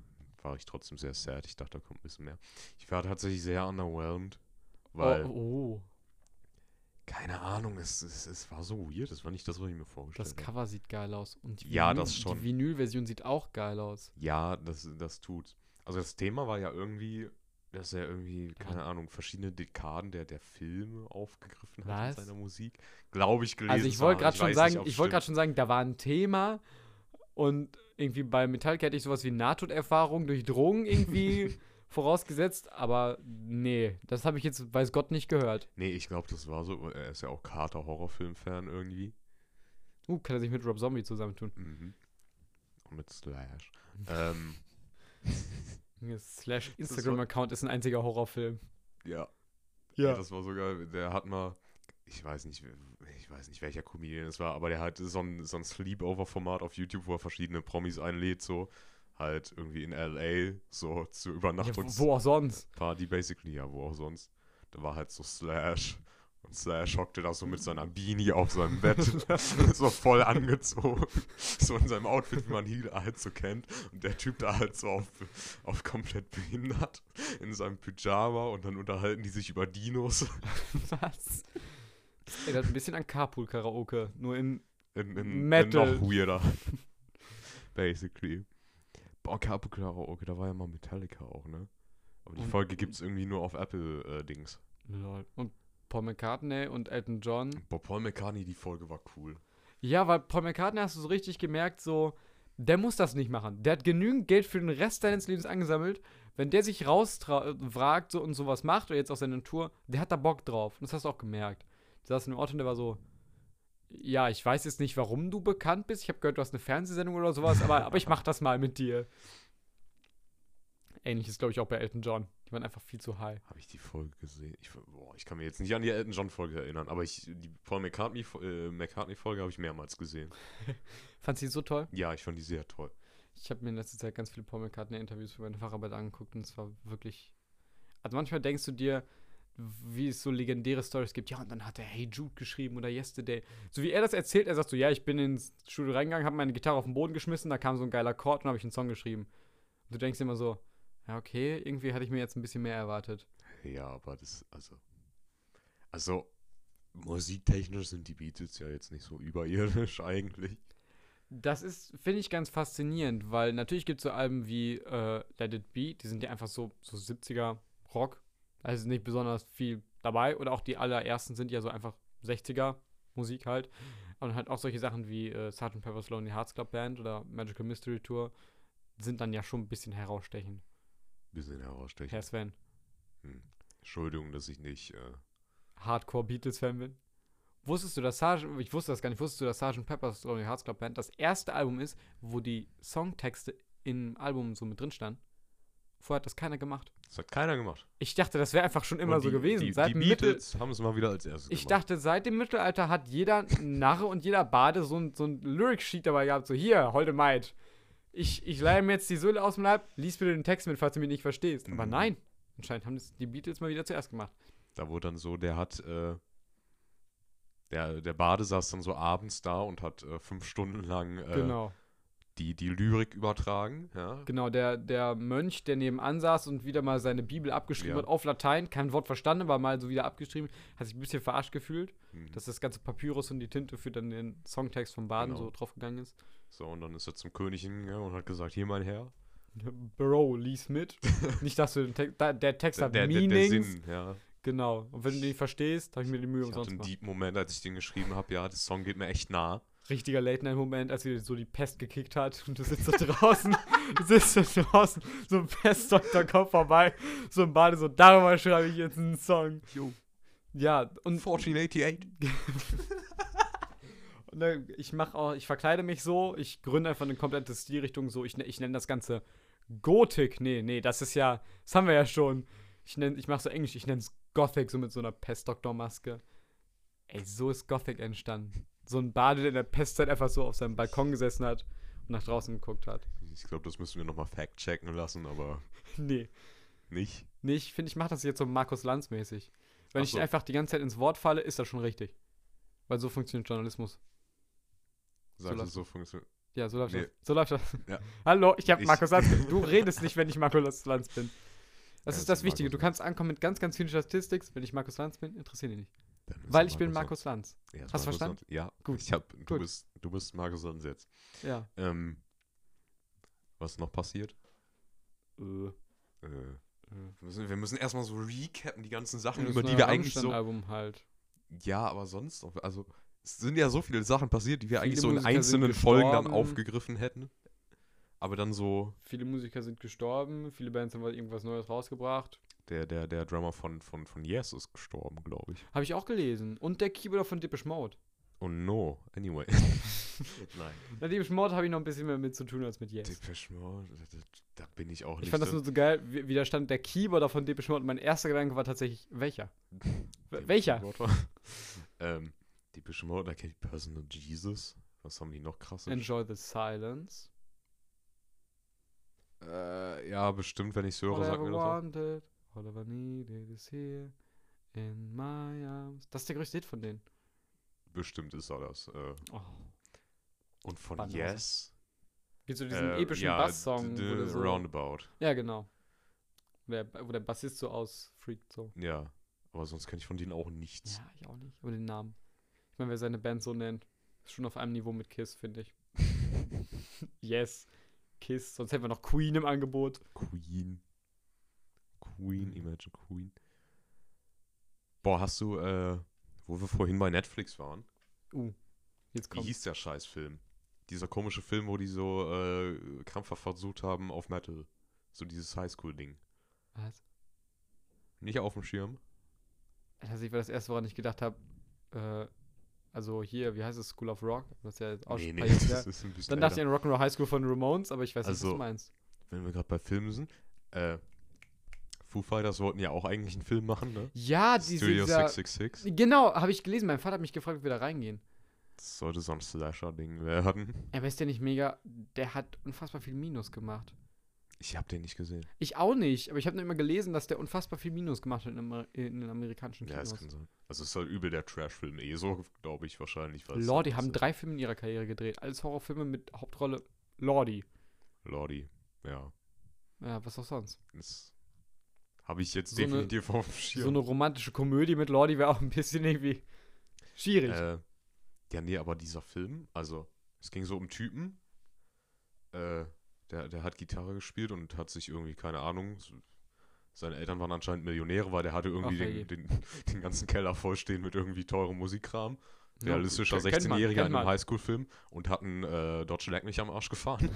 Speaker 2: war ich trotzdem sehr sad. Ich dachte, da kommt ein bisschen mehr. Ich war tatsächlich sehr underwhelmed, weil,
Speaker 1: oh, oh,
Speaker 2: keine Ahnung, es, es, es war so weird. Das war nicht das, was ich mir vorgestellt
Speaker 1: das
Speaker 2: habe.
Speaker 1: Cover sieht geil aus. Und die
Speaker 2: Ja,
Speaker 1: Vinyl-
Speaker 2: das schon.
Speaker 1: Die Vinyl-Version sieht auch geil aus.
Speaker 2: Ja, das, das tut's. Also das Thema war ja irgendwie, dass er irgendwie,
Speaker 1: Genau.
Speaker 2: keine Ahnung, verschiedene Dekaden der, der Filme aufgegriffen hat
Speaker 1: Was?
Speaker 2: in seiner Musik. Glaube ich gelesen
Speaker 1: Also ich
Speaker 2: zu
Speaker 1: wollte
Speaker 2: haben.
Speaker 1: gerade schon
Speaker 2: weiß
Speaker 1: sagen,
Speaker 2: nicht, ob's
Speaker 1: ich wollte gerade schon
Speaker 2: stimmt.
Speaker 1: sagen, da war ein Thema und irgendwie bei Metallica hätte ich sowas wie Nahtoderfahrung durch Drogen irgendwie vorausgesetzt, aber nee, das habe ich jetzt weiß Gott nicht gehört.
Speaker 2: Nee, ich glaube, das war so. Er ist ja auch Carter Horrorfilm-Fan irgendwie.
Speaker 1: Uh, kann er sich mit Rob Zombie zusammentun.
Speaker 2: Mhm. Und mit Slash. ähm,
Speaker 1: Slash
Speaker 2: Das war-
Speaker 1: Instagram-Account ist ein einziger Horrorfilm.
Speaker 2: ja. Ja.
Speaker 1: Ja.
Speaker 2: Das war so geil. Der hat mal, ich weiß nicht, wer- ich weiß nicht, welcher Comedian es war, aber der hat so ein, so ein Sleepover-Format auf YouTube, wo er verschiedene Promis einlädt, so halt irgendwie in L.A., so zur
Speaker 1: Ja, wo-
Speaker 2: Übernachtungsparty,
Speaker 1: wo auch sonst.
Speaker 2: basically, ja, wo auch sonst. Da war halt so Slash. Und Slash hockte da so mit seiner Beanie auf seinem Bett, so voll angezogen, so in seinem Outfit, wie man ihn halt so kennt. Und der Typ da halt so auf, auf komplett behindert, in seinem Pyjama und dann unterhalten die sich über Dinos.
Speaker 1: Was? Das erinnert ein bisschen an Carpool-Karaoke, nur in
Speaker 2: In, in,
Speaker 1: Metal.
Speaker 2: in noch weirder. Basically. Boah, Capo Karaoke, da war ja mal Metallica auch, ne? Aber die
Speaker 1: Und-
Speaker 2: Folge gibt's irgendwie nur auf äh, Apple-Dings.
Speaker 1: Und Paul McCartney und Elton John.
Speaker 2: Boah, Paul McCartney, die Folge war cool.
Speaker 1: Ja, weil Paul McCartney hast du so richtig gemerkt, so, der muss das nicht machen. Der hat genügend Geld für den Rest seines Lebens angesammelt. Wenn der sich rausfragt so, und sowas macht, oder jetzt auf seine Tour, der hat da Bock drauf. Und das hast du auch gemerkt. Du saß in einem Ort und der war so, ja, ich weiß jetzt nicht, warum du bekannt bist. Ich habe gehört, du hast eine Fernsehsendung oder sowas, aber, aber ich mach das mal mit dir. Ähnliches, glaube ich, auch bei Elton John. Die waren einfach viel zu high.
Speaker 2: Habe ich die Folge gesehen? Ich, boah, ich kann mir jetzt nicht an die Elton John-Folge erinnern, aber ich, die Paul McCartney-Folge äh, McCartney habe ich mehrmals gesehen.
Speaker 1: Fand sie so toll.
Speaker 2: Ja, ich fand die sehr toll.
Speaker 1: Ich habe mir in letzter Zeit ganz viele Paul McCartney-Interviews für meine Facharbeit angeguckt und es war wirklich. Also manchmal denkst du dir, wie es so legendäre Stories gibt. Ja, und dann hat er Hey Jude geschrieben oder Yesterday. So wie er das erzählt, er sagt so: Ja, ich bin ins Studio reingegangen, habe meine Gitarre auf den Boden geschmissen, da kam so ein geiler Akkord und habe ich einen Song geschrieben. Und du denkst dir immer so: Ja, okay, irgendwie hatte ich mir jetzt ein bisschen mehr erwartet.
Speaker 2: Ja, aber das, also. Also, musiktechnisch sind die Beatles ja jetzt nicht so überirdisch eigentlich.
Speaker 1: Das ist, finde ich, ganz faszinierend, weil natürlich gibt es so Alben wie äh, Let It Be, die sind ja einfach so, so 70er Rock. Da ist nicht besonders viel dabei. Oder auch die allerersten sind ja so einfach 60er Musik halt. Und halt auch solche Sachen wie äh, Sgt. Pepper's Lonely Hearts Club Band oder Magical Mystery Tour sind dann ja schon ein bisschen herausstechend.
Speaker 2: Bisschen herausstechend.
Speaker 1: Herr Sven,
Speaker 2: Entschuldigung, dass ich nicht. Äh,
Speaker 1: Hardcore Beatles-Fan bin. Wusstest du, dass Sgt. Ich wusste das gar nicht. Wusstest du, dass Sgt. Pepper's Lonely Hearts Club Band das erste Album ist, wo die Songtexte im Album so mit drin standen? Vorher hat das keiner gemacht.
Speaker 2: Das hat keiner gemacht.
Speaker 1: Ich dachte, das wäre einfach schon immer
Speaker 2: Und
Speaker 1: so
Speaker 2: die,
Speaker 1: gewesen.
Speaker 2: Die,
Speaker 1: seit
Speaker 2: die
Speaker 1: dem Mittel
Speaker 2: Beatles haben es mal wieder als erstes
Speaker 1: ich
Speaker 2: gemacht.
Speaker 1: dachte, seit dem Mittelalter hat jeder Narre und jeder Bade so ein, so ein Lyric-Sheet dabei gehabt. So, hier, holde Maid. Ich, ich leihe mir jetzt die Söhle aus dem Leib, lies bitte den Text mit, falls du mich nicht verstehst. Aber
Speaker 2: Mhm.
Speaker 1: nein, anscheinend haben das die Beatles mal wieder zuerst gemacht.
Speaker 2: Da wurde dann so, der hat, äh, der, der Bade saß dann so abends da und hat äh, fünf Stunden lang äh,
Speaker 1: genau.
Speaker 2: die, die Lyrik übertragen. Ja?
Speaker 1: Genau, der, der Mönch, der nebenan saß und wieder mal seine Bibel abgeschrieben
Speaker 2: Ja.
Speaker 1: hat, auf Latein, kein Wort verstanden, aber mal so wieder abgeschrieben, hat sich ein bisschen verarscht gefühlt,
Speaker 2: Mhm.
Speaker 1: dass Genau. das ganze Papyrus und die Tinte für dann den Songtext vom Baden
Speaker 2: Genau.
Speaker 1: so draufgegangen ist.
Speaker 2: So, und dann ist er zum König hingegangen und hat gesagt, hier mein Herr.
Speaker 1: Bro, lies mit. Nicht, dass du den Text, da, der Text
Speaker 2: Der,
Speaker 1: hat
Speaker 2: der, der,
Speaker 1: Meanings.
Speaker 2: der Sinn, ja.
Speaker 1: Genau. Und wenn du den verstehst, habe ich mir die Mühe
Speaker 2: Ich hatte
Speaker 1: umsonst
Speaker 2: einen
Speaker 1: gemacht.
Speaker 2: deep Moment, als ich den geschrieben habe, ja, der Song geht mir echt nah.
Speaker 1: Richtiger Late-Night-Moment, als wieder so die Pest gekickt hat und du sitzt da draußen, du sitzt da draußen, so ein Pestdoktor kommt vorbei, so im Bade, so darüber schreibe ich jetzt einen Song.
Speaker 2: Jo.
Speaker 1: Ja, und, und
Speaker 2: 1488.
Speaker 1: dann, ne, ich mache auch, ich verkleide mich so, ich gründe einfach eine komplette Stilrichtung so, ich, ne- ich nenne das Ganze Gotik. Nee, nee, das ist ja, das haben wir ja schon. Ich nenne, ich mache so Englisch, ich nenne es Gothic, so mit so einer Pestdoktor-Maske. Ey, so ist Gothic entstanden. So ein Bade, der in der Pestzeit einfach so auf seinem Balkon gesessen hat und nach draußen geguckt hat.
Speaker 2: Ich glaube, das müssen wir nochmal fact-checken lassen, aber
Speaker 1: Nee,
Speaker 2: nicht.
Speaker 1: nee, ich finde, ich mache das jetzt so Markus Lanz-mäßig. Wenn
Speaker 2: Ach
Speaker 1: ich
Speaker 2: so.
Speaker 1: einfach die ganze Zeit ins Wort falle, ist das schon richtig. Weil so funktioniert Journalismus.
Speaker 2: Sagst du,
Speaker 1: lassen.
Speaker 2: so funktioniert.
Speaker 1: Ja, so läuft
Speaker 2: Nee.
Speaker 1: das. So läuft das.
Speaker 2: Ja.
Speaker 1: Hallo, ich habe
Speaker 2: Ich-
Speaker 1: Markus Lanz. Du redest nicht, wenn ich Markus Lanz bin. Das ist
Speaker 2: Ja, das
Speaker 1: das
Speaker 2: ist
Speaker 1: Wichtige.
Speaker 2: Markus
Speaker 1: Du kannst ankommen mit ganz, ganz vielen Statistiken. Wenn ich Markus Lanz bin, interessiert dich nicht.
Speaker 2: Dann ist
Speaker 1: Weil
Speaker 2: er
Speaker 1: ich bin Markus Lanz.
Speaker 2: Lanz. Ja,
Speaker 1: Hast du
Speaker 2: ist Markus
Speaker 1: verstanden?
Speaker 2: Lanz. Ja,
Speaker 1: Gut.
Speaker 2: gut. Ich hab, du,
Speaker 1: Gut.
Speaker 2: Bist, du bist Markus Lanz jetzt.
Speaker 1: Ja.
Speaker 2: Ähm, was noch passiert?
Speaker 1: Äh,
Speaker 2: Äh, wir, müssen, wir müssen erstmal so recappen, die ganzen Sachen,
Speaker 1: das
Speaker 2: über die
Speaker 1: neue
Speaker 2: wir eigentlich so.
Speaker 1: Rammstein-Album halt.
Speaker 2: Ja, aber sonst noch. Also, es sind ja so viele Sachen passiert, die wir eigentlich so in
Speaker 1: Musiker sind
Speaker 2: einzelnen Folgen dann
Speaker 1: gestorben.
Speaker 2: aufgegriffen hätten. Aber dann so,
Speaker 1: Viele Musiker sind gestorben. Viele Bands haben halt irgendwas Neues rausgebracht.
Speaker 2: der, der, der Drummer von, von, von Yes ist gestorben, glaube ich.
Speaker 1: Habe ich auch gelesen. Und der Keyboarder von Depeche Mode.
Speaker 2: Oh no, anyway. Nein.
Speaker 1: Na, Depeche Mode habe ich noch ein bisschen mehr mit zu tun als mit Yes.
Speaker 2: Depeche Mode, da, da, da bin ich auch nicht.
Speaker 1: ich fand das
Speaker 2: drin.
Speaker 1: nur so geil, wie, wie da stand der Keyboarder von Depeche Mode. Und mein erster Gedanke war tatsächlich, welcher?
Speaker 2: Depeche
Speaker 1: welcher?
Speaker 2: Mode. ähm, Depeche Mode, da kennt ich Personal Jesus. Was haben die noch krasses?
Speaker 1: Enjoy the Silence.
Speaker 2: Äh, ja, bestimmt, wenn ich es höre,
Speaker 1: All I
Speaker 2: sagt
Speaker 1: ever
Speaker 2: mir das auch.
Speaker 1: wanted, all I ever needed is here in my arms. Das ist der größte Hit von denen.
Speaker 2: Bestimmt ist er das. Äh,
Speaker 1: Oh.
Speaker 2: und von
Speaker 1: Banause.
Speaker 2: Yes.
Speaker 1: Geht so diesen
Speaker 2: äh,
Speaker 1: epischen
Speaker 2: ja,
Speaker 1: Bass-Song.
Speaker 2: d-
Speaker 1: wo der
Speaker 2: d-
Speaker 1: so-
Speaker 2: Roundabout.
Speaker 1: Ja, genau. Wo der, wo der Bassist so ausfreakt. So.
Speaker 2: Ja. Aber sonst kenne ich von denen auch nichts.
Speaker 1: Ja, ich auch nicht. Aber den Namen. Ich meine, wer seine Band so nennt, ist schon auf einem Niveau mit Kiss, finde ich. yes. Kiss. Sonst hätten wir noch Queen im Angebot.
Speaker 2: Queen.
Speaker 1: Mhm.
Speaker 2: Queen, Imagine Queen. Boah, hast du, äh, wo wir vorhin bei Netflix waren,
Speaker 1: Uh. Jetzt
Speaker 2: wie
Speaker 1: kommt.
Speaker 2: hieß der Scheißfilm? Dieser komische Film, wo die so äh, krampfhaft versucht haben auf Metal. So dieses Highschool-Ding.
Speaker 1: Was?
Speaker 2: Nicht auf dem Schirm.
Speaker 1: Also, ich war das erste, woran ich gedacht habe. Äh, also, hier, wie heißt es? School of Rock? Das ist ja jetzt auch schon ein paar Jahre her.
Speaker 2: das ist ein bisschen
Speaker 1: Dann dachte ich
Speaker 2: älter.
Speaker 1: an Rock'n'Roll High School von Ramones, aber ich weiß nicht, was
Speaker 2: Also-
Speaker 1: du meinst.
Speaker 2: Wenn wir gerade bei Filmen sind, äh, Foo Fighters wollten ja auch eigentlich einen Film machen, ne?
Speaker 1: Ja, die
Speaker 2: Studio
Speaker 1: dieser,
Speaker 2: 666.
Speaker 1: Genau, habe ich gelesen. Mein Vater hat mich gefragt, ob wir da reingehen.
Speaker 2: Das sollte so ein Slasher-Ding werden.
Speaker 1: Aber ist der nicht mega? Der hat unfassbar viel Minus gemacht.
Speaker 2: Ich habe den nicht gesehen.
Speaker 1: Ich auch nicht, aber ich habe nur immer gelesen, dass der unfassbar viel Minus gemacht hat in, Amer in den amerikanischen
Speaker 2: Ja, das
Speaker 1: Kinos.
Speaker 2: kann sein. Also es ist halt übel der Trash-Film eh so, glaube ich, wahrscheinlich. weil's
Speaker 1: Lordi
Speaker 2: halt
Speaker 1: haben
Speaker 2: so-
Speaker 1: drei Filme in ihrer Karriere gedreht. Alles Horrorfilme mit Hauptrolle Lordi.
Speaker 2: Lordi, ja.
Speaker 1: Ja, was auch sonst.
Speaker 2: Das habe ich jetzt
Speaker 1: So eine-
Speaker 2: definitiv auf dem Schirm.
Speaker 1: So eine romantische Komödie mit Lordi wäre auch ein bisschen irgendwie schwierig. ne?
Speaker 2: Äh, ja, nee, aber dieser Film, also es ging so um Typen. Äh, der, der hat Gitarre gespielt und hat sich irgendwie, keine Ahnung, so, seine Eltern waren anscheinend Millionäre, weil der hatte irgendwie
Speaker 1: Ach, herrje.
Speaker 2: den, den, den ganzen Keller vollstehen mit irgendwie teurem Musikkram.
Speaker 1: Ja,
Speaker 2: Realistischer
Speaker 1: kennt man,
Speaker 2: 16-Jähriger
Speaker 1: kennt
Speaker 2: in einem
Speaker 1: man.
Speaker 2: Highschool-Film und hat einen äh, Dodge Lag mich am Arsch gefahren.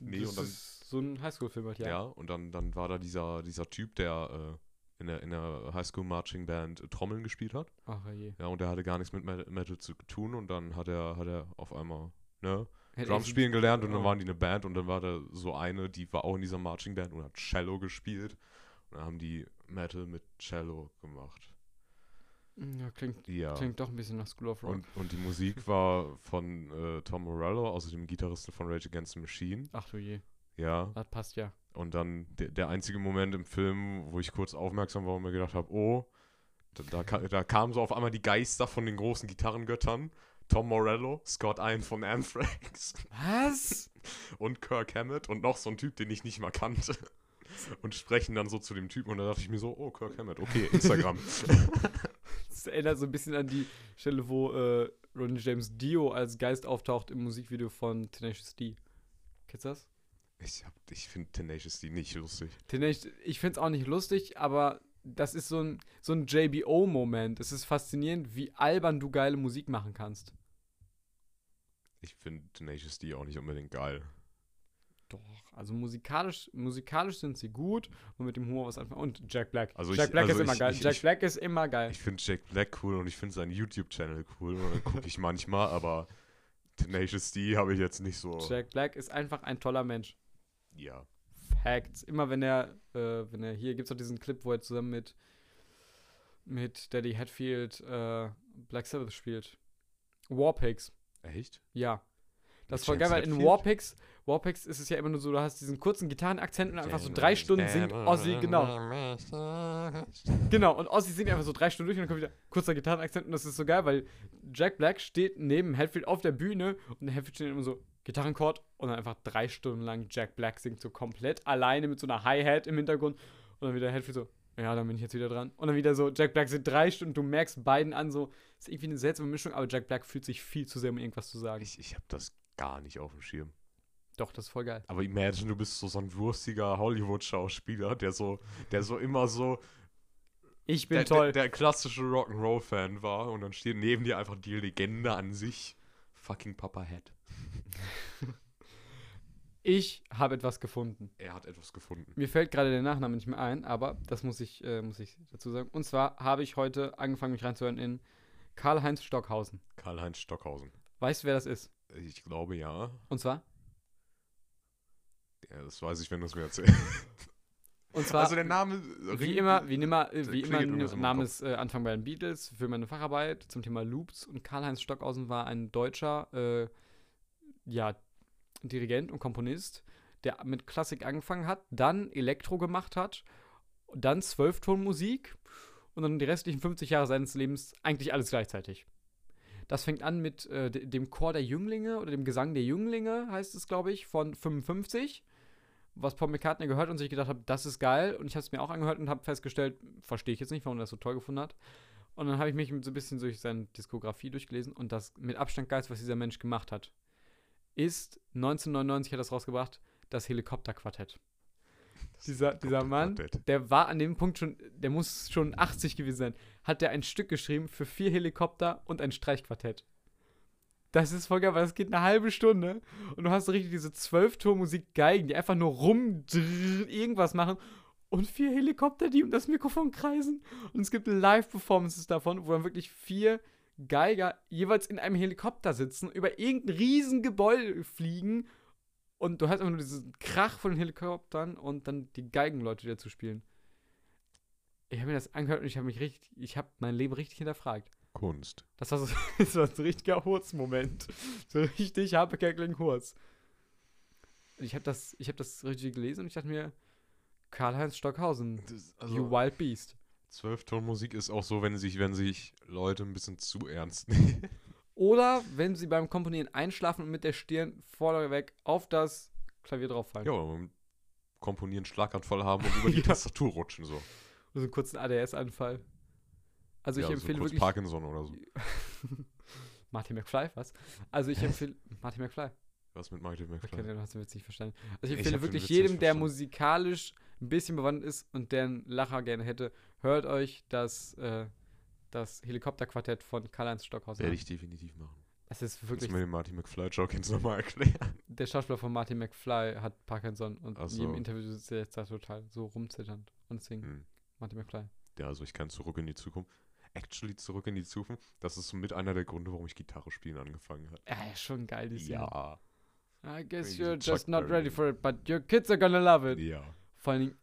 Speaker 2: nee,
Speaker 1: das
Speaker 2: und dann-
Speaker 1: ist so ein Highschool-Film halt,
Speaker 2: Ja,
Speaker 1: ja.
Speaker 2: und dann, dann war da dieser, dieser Typ, der äh, in der, in der Highschool-Marching-Band äh, Trommeln gespielt hat.
Speaker 1: Ach oh je.
Speaker 2: Ja, und der hatte gar nichts mit Metal, Metal zu tun und dann hat er, hat er auf einmal, ne,
Speaker 1: Hätte
Speaker 2: Drums
Speaker 1: ich-
Speaker 2: spielen gelernt und dann
Speaker 1: Oh.
Speaker 2: waren die eine Band und dann war da so eine, die war auch in dieser Marching Band und hat Cello gespielt. Und dann haben die Metal mit Cello gemacht.
Speaker 1: Ja, klingt,
Speaker 2: Ja.
Speaker 1: klingt doch ein bisschen nach School of Rock.
Speaker 2: Und, und die Musik war von äh, Tom Morello, also dem Gitarristen von Rage Against the Machine.
Speaker 1: Ach du je,
Speaker 2: Ja.
Speaker 1: das passt ja.
Speaker 2: Und dann der, der einzige Moment im Film, wo ich kurz aufmerksam war und mir gedacht habe, oh, da, da, ka- da kamen so auf einmal die Geister von den großen Gitarrengöttern. Tom Morello, Scott Ian von Anthrax
Speaker 1: Was?
Speaker 2: und Kirk Hammett und noch so ein Typ, den ich nicht mal kannte. Und sprechen dann so zu dem Typen und da dachte ich mir so, oh, Kirk Hammett, okay, Instagram.
Speaker 1: Das erinnert so ein bisschen an die Stelle, wo äh, Ronnie James Dio als Geist auftaucht im Musikvideo von Tenacious D. Kennst du das?
Speaker 2: ich hab- ich finde Tenacious D nicht lustig.
Speaker 1: Tenacious, ich finde es auch nicht lustig, aber das ist so ein, so ein JBO-Moment. Es ist faszinierend, wie albern du geile Musik machen kannst.
Speaker 2: Ich finde Tenacious D auch nicht unbedingt geil.
Speaker 1: Doch, also musikalisch, musikalisch sind sie gut und mit dem Humor was anfangen. Und Jack Black.
Speaker 2: Also
Speaker 1: Jack
Speaker 2: ich-
Speaker 1: Black
Speaker 2: also
Speaker 1: ist immer
Speaker 2: ich-
Speaker 1: geil.
Speaker 2: ich-
Speaker 1: Jack
Speaker 2: ich-
Speaker 1: Black ist immer geil.
Speaker 2: Ich finde Jack Black cool und ich finde seinen YouTube-Channel cool und dann gucke ich manchmal, aber Tenacious D habe ich jetzt nicht so.
Speaker 1: Jack Black ist einfach ein toller Mensch.
Speaker 2: Ja.
Speaker 1: Facts. Immer wenn er, äh, wenn er hier gibt's doch diesen Clip, wo er zusammen mit mit Daddy Hatfield äh, Black Sabbath spielt. Warpigs.
Speaker 2: Echt?
Speaker 1: Ja. Das ist voll
Speaker 2: Mit
Speaker 1: geil,
Speaker 2: James
Speaker 1: weil in
Speaker 2: Hetfield?
Speaker 1: Warpigs, Warpigs ist es ja immer nur so, du hast diesen kurzen Gitarrenakzent und einfach so drei Stunden singt Ozzy, genau. Genau, und Ozzy singt einfach so drei Stunden durch und dann kommt wieder kurzer Gitarrenakzent und das ist so geil, weil Jack Black steht neben Hatfield auf der Bühne und Hatfield steht immer so Gitarrenchord und dann einfach drei Stunden lang Jack Black singt so komplett alleine mit so einer Hi-Hat im Hintergrund und dann wieder Hatfield so, ja, dann bin ich jetzt wieder dran. Und dann wieder so, Jack Black singt drei Stunden, du merkst beiden an, so, ist irgendwie eine seltsame Mischung, aber Jack Black fühlt sich viel zu sehr, um irgendwas zu sagen.
Speaker 2: Ich, ich habe das gar nicht auf dem Schirm.
Speaker 1: Doch, das ist voll geil.
Speaker 2: Aber imagine, du bist so, so ein wurstiger Hollywood-Schauspieler, der so, der so immer so
Speaker 1: Ich bin
Speaker 2: der,
Speaker 1: toll.
Speaker 2: Der, der klassische Rock'n'Roll-Fan war und dann steht neben dir einfach die Legende an sich. Fucking Papa Head.
Speaker 1: Ich habe etwas gefunden.
Speaker 2: Er hat etwas gefunden.
Speaker 1: Mir fällt gerade der Nachname nicht mehr ein, aber das muss ich, äh, muss ich dazu sagen. Und zwar habe ich heute angefangen, mich reinzuhören in Karl-Heinz Stockhausen.
Speaker 2: Karl-Heinz Stockhausen.
Speaker 1: Weißt du, wer das ist?
Speaker 2: Ich glaube ja.
Speaker 1: Und zwar?
Speaker 2: ja das weiß ich, wenn du es mir erzählst.
Speaker 1: Und zwar,
Speaker 2: Also der Name.
Speaker 1: wie immer, wie immer, äh,
Speaker 2: Da
Speaker 1: wie
Speaker 2: klingelt
Speaker 1: immer
Speaker 2: irgendwas
Speaker 1: n-
Speaker 2: im
Speaker 1: nahm
Speaker 2: Kopf.
Speaker 1: es äh, Anfang bei den Beatles für meine Facharbeit zum Thema Loops. Und Karl-Heinz Stockhausen war ein deutscher, äh, ja, Dirigent und Komponist, der mit Klassik angefangen hat, dann Elektro gemacht hat, dann Zwölftonmusik und dann die restlichen 50 Jahre seines Lebens eigentlich alles gleichzeitig. Das fängt an mit äh, de- dem Chor der Jünglinge oder dem Gesang der Jünglinge, heißt es, glaube ich, von 55, was Paul McCartney gehört und sich gedacht hat, das ist geil. Und ich habe es mir auch angehört und habe festgestellt, verstehe ich jetzt nicht, warum er das so toll gefunden hat. Und dann habe ich mich so ein bisschen durch seine Diskografie durchgelesen und das mit Abstand geilste, was dieser Mensch gemacht hat, ist 1999 hat er das rausgebracht, das Helikopterquartett. Dieser, dieser Mann,
Speaker 2: Quartett.
Speaker 1: der war an dem Punkt schon, der muss schon 80 gewesen sein, hat der ein Stück geschrieben für vier Helikopter und ein Streichquartett. Das ist voll geil, weil das geht eine halbe Stunde und du hast so richtig diese Zwölftonmusik Geigen, die einfach nur rum irgendwas machen und vier Helikopter, die um das Mikrofon kreisen und es gibt Live-Performances davon, wo dann wirklich vier Geiger jeweils in einem Helikopter sitzen, über irgendein riesen Gebäude fliegen und du hast einfach nur diesen Krach von den Helikoptern und dann die Geigenleute dazu spielen. Ich habe mir das angehört und ich habe mich richtig, ich habe mein Leben richtig hinterfragt.
Speaker 2: Kunst.
Speaker 1: Das war so, das war so ein richtiger Hurz-Moment. So richtig Habekerkling Hurz. Und Ich habe das, ich habe das richtig gelesen und ich dachte mir, Karl-Heinz Stockhausen,
Speaker 2: Das,
Speaker 1: you wild beast.
Speaker 2: Also Zwölftonmusik ist auch so, wenn sich, wenn sich Leute ein bisschen zu ernst nehmen.
Speaker 1: Oder wenn sie beim Komponieren einschlafen und mit der Stirn vorneweg auf das Klavier drauffallen.
Speaker 2: ja, beim Komponieren Schlaganfall haben und über die
Speaker 1: Halt Ja.
Speaker 2: Tastatur rutschen so.
Speaker 1: Oder so einen kurzen ADS-Anfall. Also ich
Speaker 2: ja,
Speaker 1: empfehle
Speaker 2: kurz
Speaker 1: wirklich
Speaker 2: Parkinson oder so.
Speaker 1: Martin McFly, was? Also ich empfehle Martin McFly.
Speaker 2: Was mit Michael
Speaker 1: Okay,
Speaker 2: McFly?
Speaker 1: dann hast du den Witz nicht verstanden. Also ich
Speaker 2: Ich
Speaker 1: empfehle
Speaker 2: hab den
Speaker 1: wirklich
Speaker 2: Witz nicht
Speaker 1: jedem, der
Speaker 2: verstanden.
Speaker 1: musikalisch ein bisschen bewandt ist und der einen Lacher gerne hätte, hört euch das, äh, das Helikopterquartett von Karl-Heinz Stockhausen
Speaker 2: Werde
Speaker 1: an.
Speaker 2: ich definitiv machen.
Speaker 1: Das ist
Speaker 2: Kannst
Speaker 1: wirklich,
Speaker 2: du mir den Martin McFly-Joke jetzt nochmal erklären?
Speaker 1: der Schauspieler von Martin McFly hat Parkinson und
Speaker 2: Ach
Speaker 1: in jedem
Speaker 2: so.
Speaker 1: Interview sitzt er jetzt da total so rumzitternd und deswegen
Speaker 2: Hm.
Speaker 1: Martin McFly.
Speaker 2: Ja, also ich kann zurück in die Zukunft. Actually, zurück in die Zukunft. Das ist so mit einer der Gründe, warum ich Gitarre spielen angefangen habe.
Speaker 1: Ja, ja, schon geil, die Szene.
Speaker 2: Ja.
Speaker 1: I guess
Speaker 2: Irgendwie so
Speaker 1: you're just
Speaker 2: Chuck
Speaker 1: not
Speaker 2: Berry.
Speaker 1: ready for it, but your kids are gonna love it.
Speaker 2: Ja.
Speaker 1: Vor allen Dingen,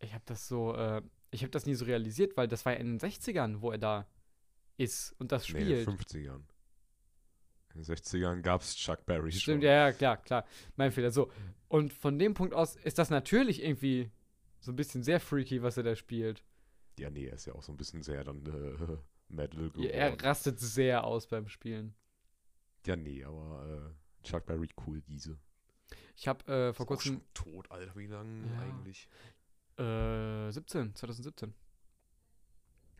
Speaker 1: ich habe das so, äh, ich habe das nie so realisiert, weil das war ja in den 60ern, wo er da ist und das
Speaker 2: Nee, in den
Speaker 1: spielt.
Speaker 2: 50ern. In den 60ern gab es Chuck Berry schon.
Speaker 1: Stimmt, ja, ja, klar, klar. Mein Fehler. So. Und von dem Punkt aus ist das natürlich irgendwie so ein bisschen sehr freaky, was er da spielt.
Speaker 2: Ja, nee, er ist ja auch so ein bisschen sehr dann äh, Metal geworden.
Speaker 1: Ja, er rastet sehr aus beim Spielen.
Speaker 2: Ja, nee, aber äh, Chuck Berry, cool, diese.
Speaker 1: Ich habe äh, vor
Speaker 2: Ist auch
Speaker 1: kurzem
Speaker 2: schon tot, Alter, wie lange
Speaker 1: Ja.
Speaker 2: eigentlich?
Speaker 1: äh, 17, 2017.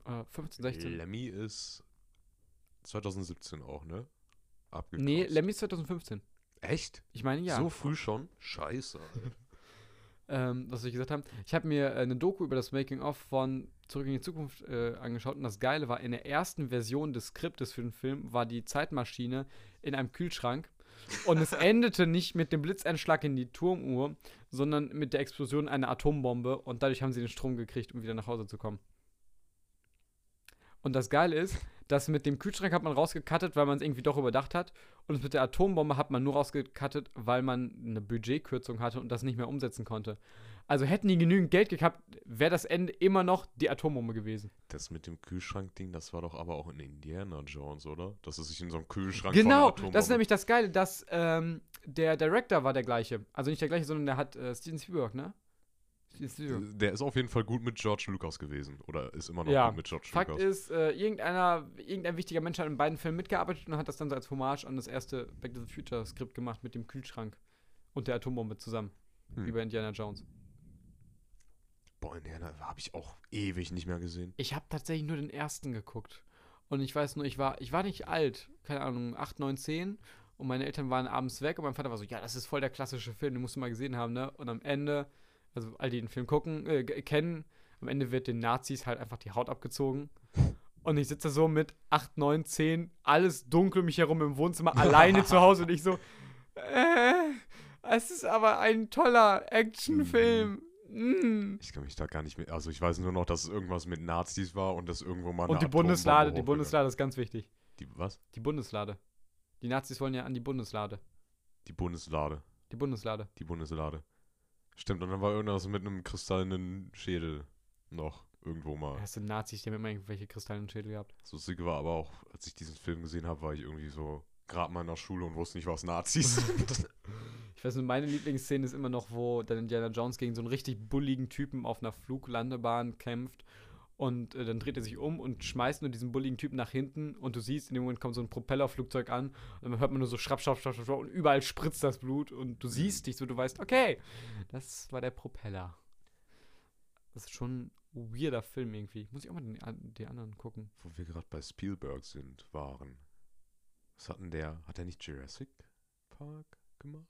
Speaker 1: Äh, 15, 16.
Speaker 2: Lemmy ist 2017 auch, ne? Abgekürzt.
Speaker 1: nee, Lemmy ist 2015.
Speaker 2: Echt?
Speaker 1: Ich meine, ja.
Speaker 2: So früh schon? Scheiße, Alter.
Speaker 1: ähm, was soll ich gesagt haben. Ich habe mir äh, eine Doku über das Making-of von Zurück in die Zukunft äh, angeschaut und das Geile war, in der ersten Version des Skriptes für den Film war die Zeitmaschine in einem Kühlschrank und es endete nicht mit dem Blitzeinschlag in die Turmuhr, sondern mit der Explosion einer Atombombe und dadurch haben sie den Strom gekriegt, um wieder nach Hause zu kommen. Und das Geile ist, dass mit dem Kühlschrank hat man rausgekattet, weil man es irgendwie doch überdacht hat. Und mit der Atombombe hat man nur rausgekattet, weil man eine Budgetkürzung hatte und das nicht mehr umsetzen konnte. Also hätten die genügend Geld gehabt, wäre das Ende immer noch die Atombombe gewesen.
Speaker 2: Das mit dem Kühlschrank-Ding, das war doch aber auch in Indiana Jones, oder? Dass er sich in so einem Kühlschrank
Speaker 1: genau,
Speaker 2: von einer
Speaker 1: das ist
Speaker 2: Atombombe-
Speaker 1: nämlich das Geile, dass ähm, der Director war der gleiche. Also nicht der gleiche, sondern der hat äh, Steven Spielberg, ne? Steven Spielberg.
Speaker 2: Der ist auf jeden Fall gut mit George Lucas gewesen. Oder ist immer noch
Speaker 1: Ja.
Speaker 2: gut mit George
Speaker 1: Fakt
Speaker 2: Lucas.
Speaker 1: ist, äh, irgendeiner, irgendein wichtiger Mensch hat in beiden Filmen mitgearbeitet und hat das dann so als Hommage an das erste Back to the Future Skript gemacht mit dem Kühlschrank und der Atombombe zusammen.
Speaker 2: Hm.
Speaker 1: Wie bei Indiana Jones.
Speaker 2: Boah, Indiana habe ich auch ewig nicht mehr gesehen.
Speaker 1: Ich habe tatsächlich nur den ersten geguckt. Und ich weiß nur, ich war, ich war nicht alt, keine Ahnung, 8, 9, 10. Und meine Eltern waren abends weg und mein Vater war so, ja, das ist voll der klassische Film, den musst du mal gesehen haben, ne? Und am Ende, also all die den Film gucken, äh, g- kennen, am Ende wird den Nazis halt einfach die Haut abgezogen. Und ich sitze so mit 8, 9, 10, alles dunkel um mich herum im Wohnzimmer, alleine zu Hause und ich so, äh, es ist aber ein toller Actionfilm. Mm.
Speaker 2: Ich kann mich da gar nicht mehr. Also ich weiß nur noch, dass es irgendwas mit Nazis war und dass irgendwo mal. eine
Speaker 1: Und die
Speaker 2: Atombombe
Speaker 1: Bundeslade, die
Speaker 2: hochgegangen-
Speaker 1: Bundeslade ist ganz wichtig.
Speaker 2: Die, was?
Speaker 1: Die Bundeslade. Die Nazis wollen ja an die Bundeslade.
Speaker 2: Die Bundeslade.
Speaker 1: Die Bundeslade.
Speaker 2: Die Bundeslade. Stimmt, und dann war irgendwas mit einem kristallenen Schädel noch irgendwo mal.
Speaker 1: Hast du Nazis, die haben immer irgendwelche kristallenen Schädel gehabt.
Speaker 2: So sick war aber auch, als ich diesen Film gesehen habe, war ich irgendwie so gerade mal in der Schule und wusste nicht, was Nazis sind.
Speaker 1: Ich weiß nur, meine Lieblingsszene ist immer noch, wo dann Indiana Jones gegen so einen richtig bulligen Typen auf einer Fluglandebahn kämpft. Und äh, dann dreht er sich um und schmeißt nur diesen bulligen Typen nach hinten. Und du siehst, in dem Moment kommt so ein Propellerflugzeug an. Und dann hört man nur so schrapp, schrapp, schrapp, schrapp. schrapp Und überall spritzt das Blut. Und du siehst dich so, du weißt, okay, das war der Propeller. Das ist schon ein weirder Film irgendwie. Muss ich auch mal den, an- den anderen gucken.
Speaker 2: Wo wir gerade bei Spielberg sind, waren. Was hat denn der? Hat er nicht Jurassic Park gemacht?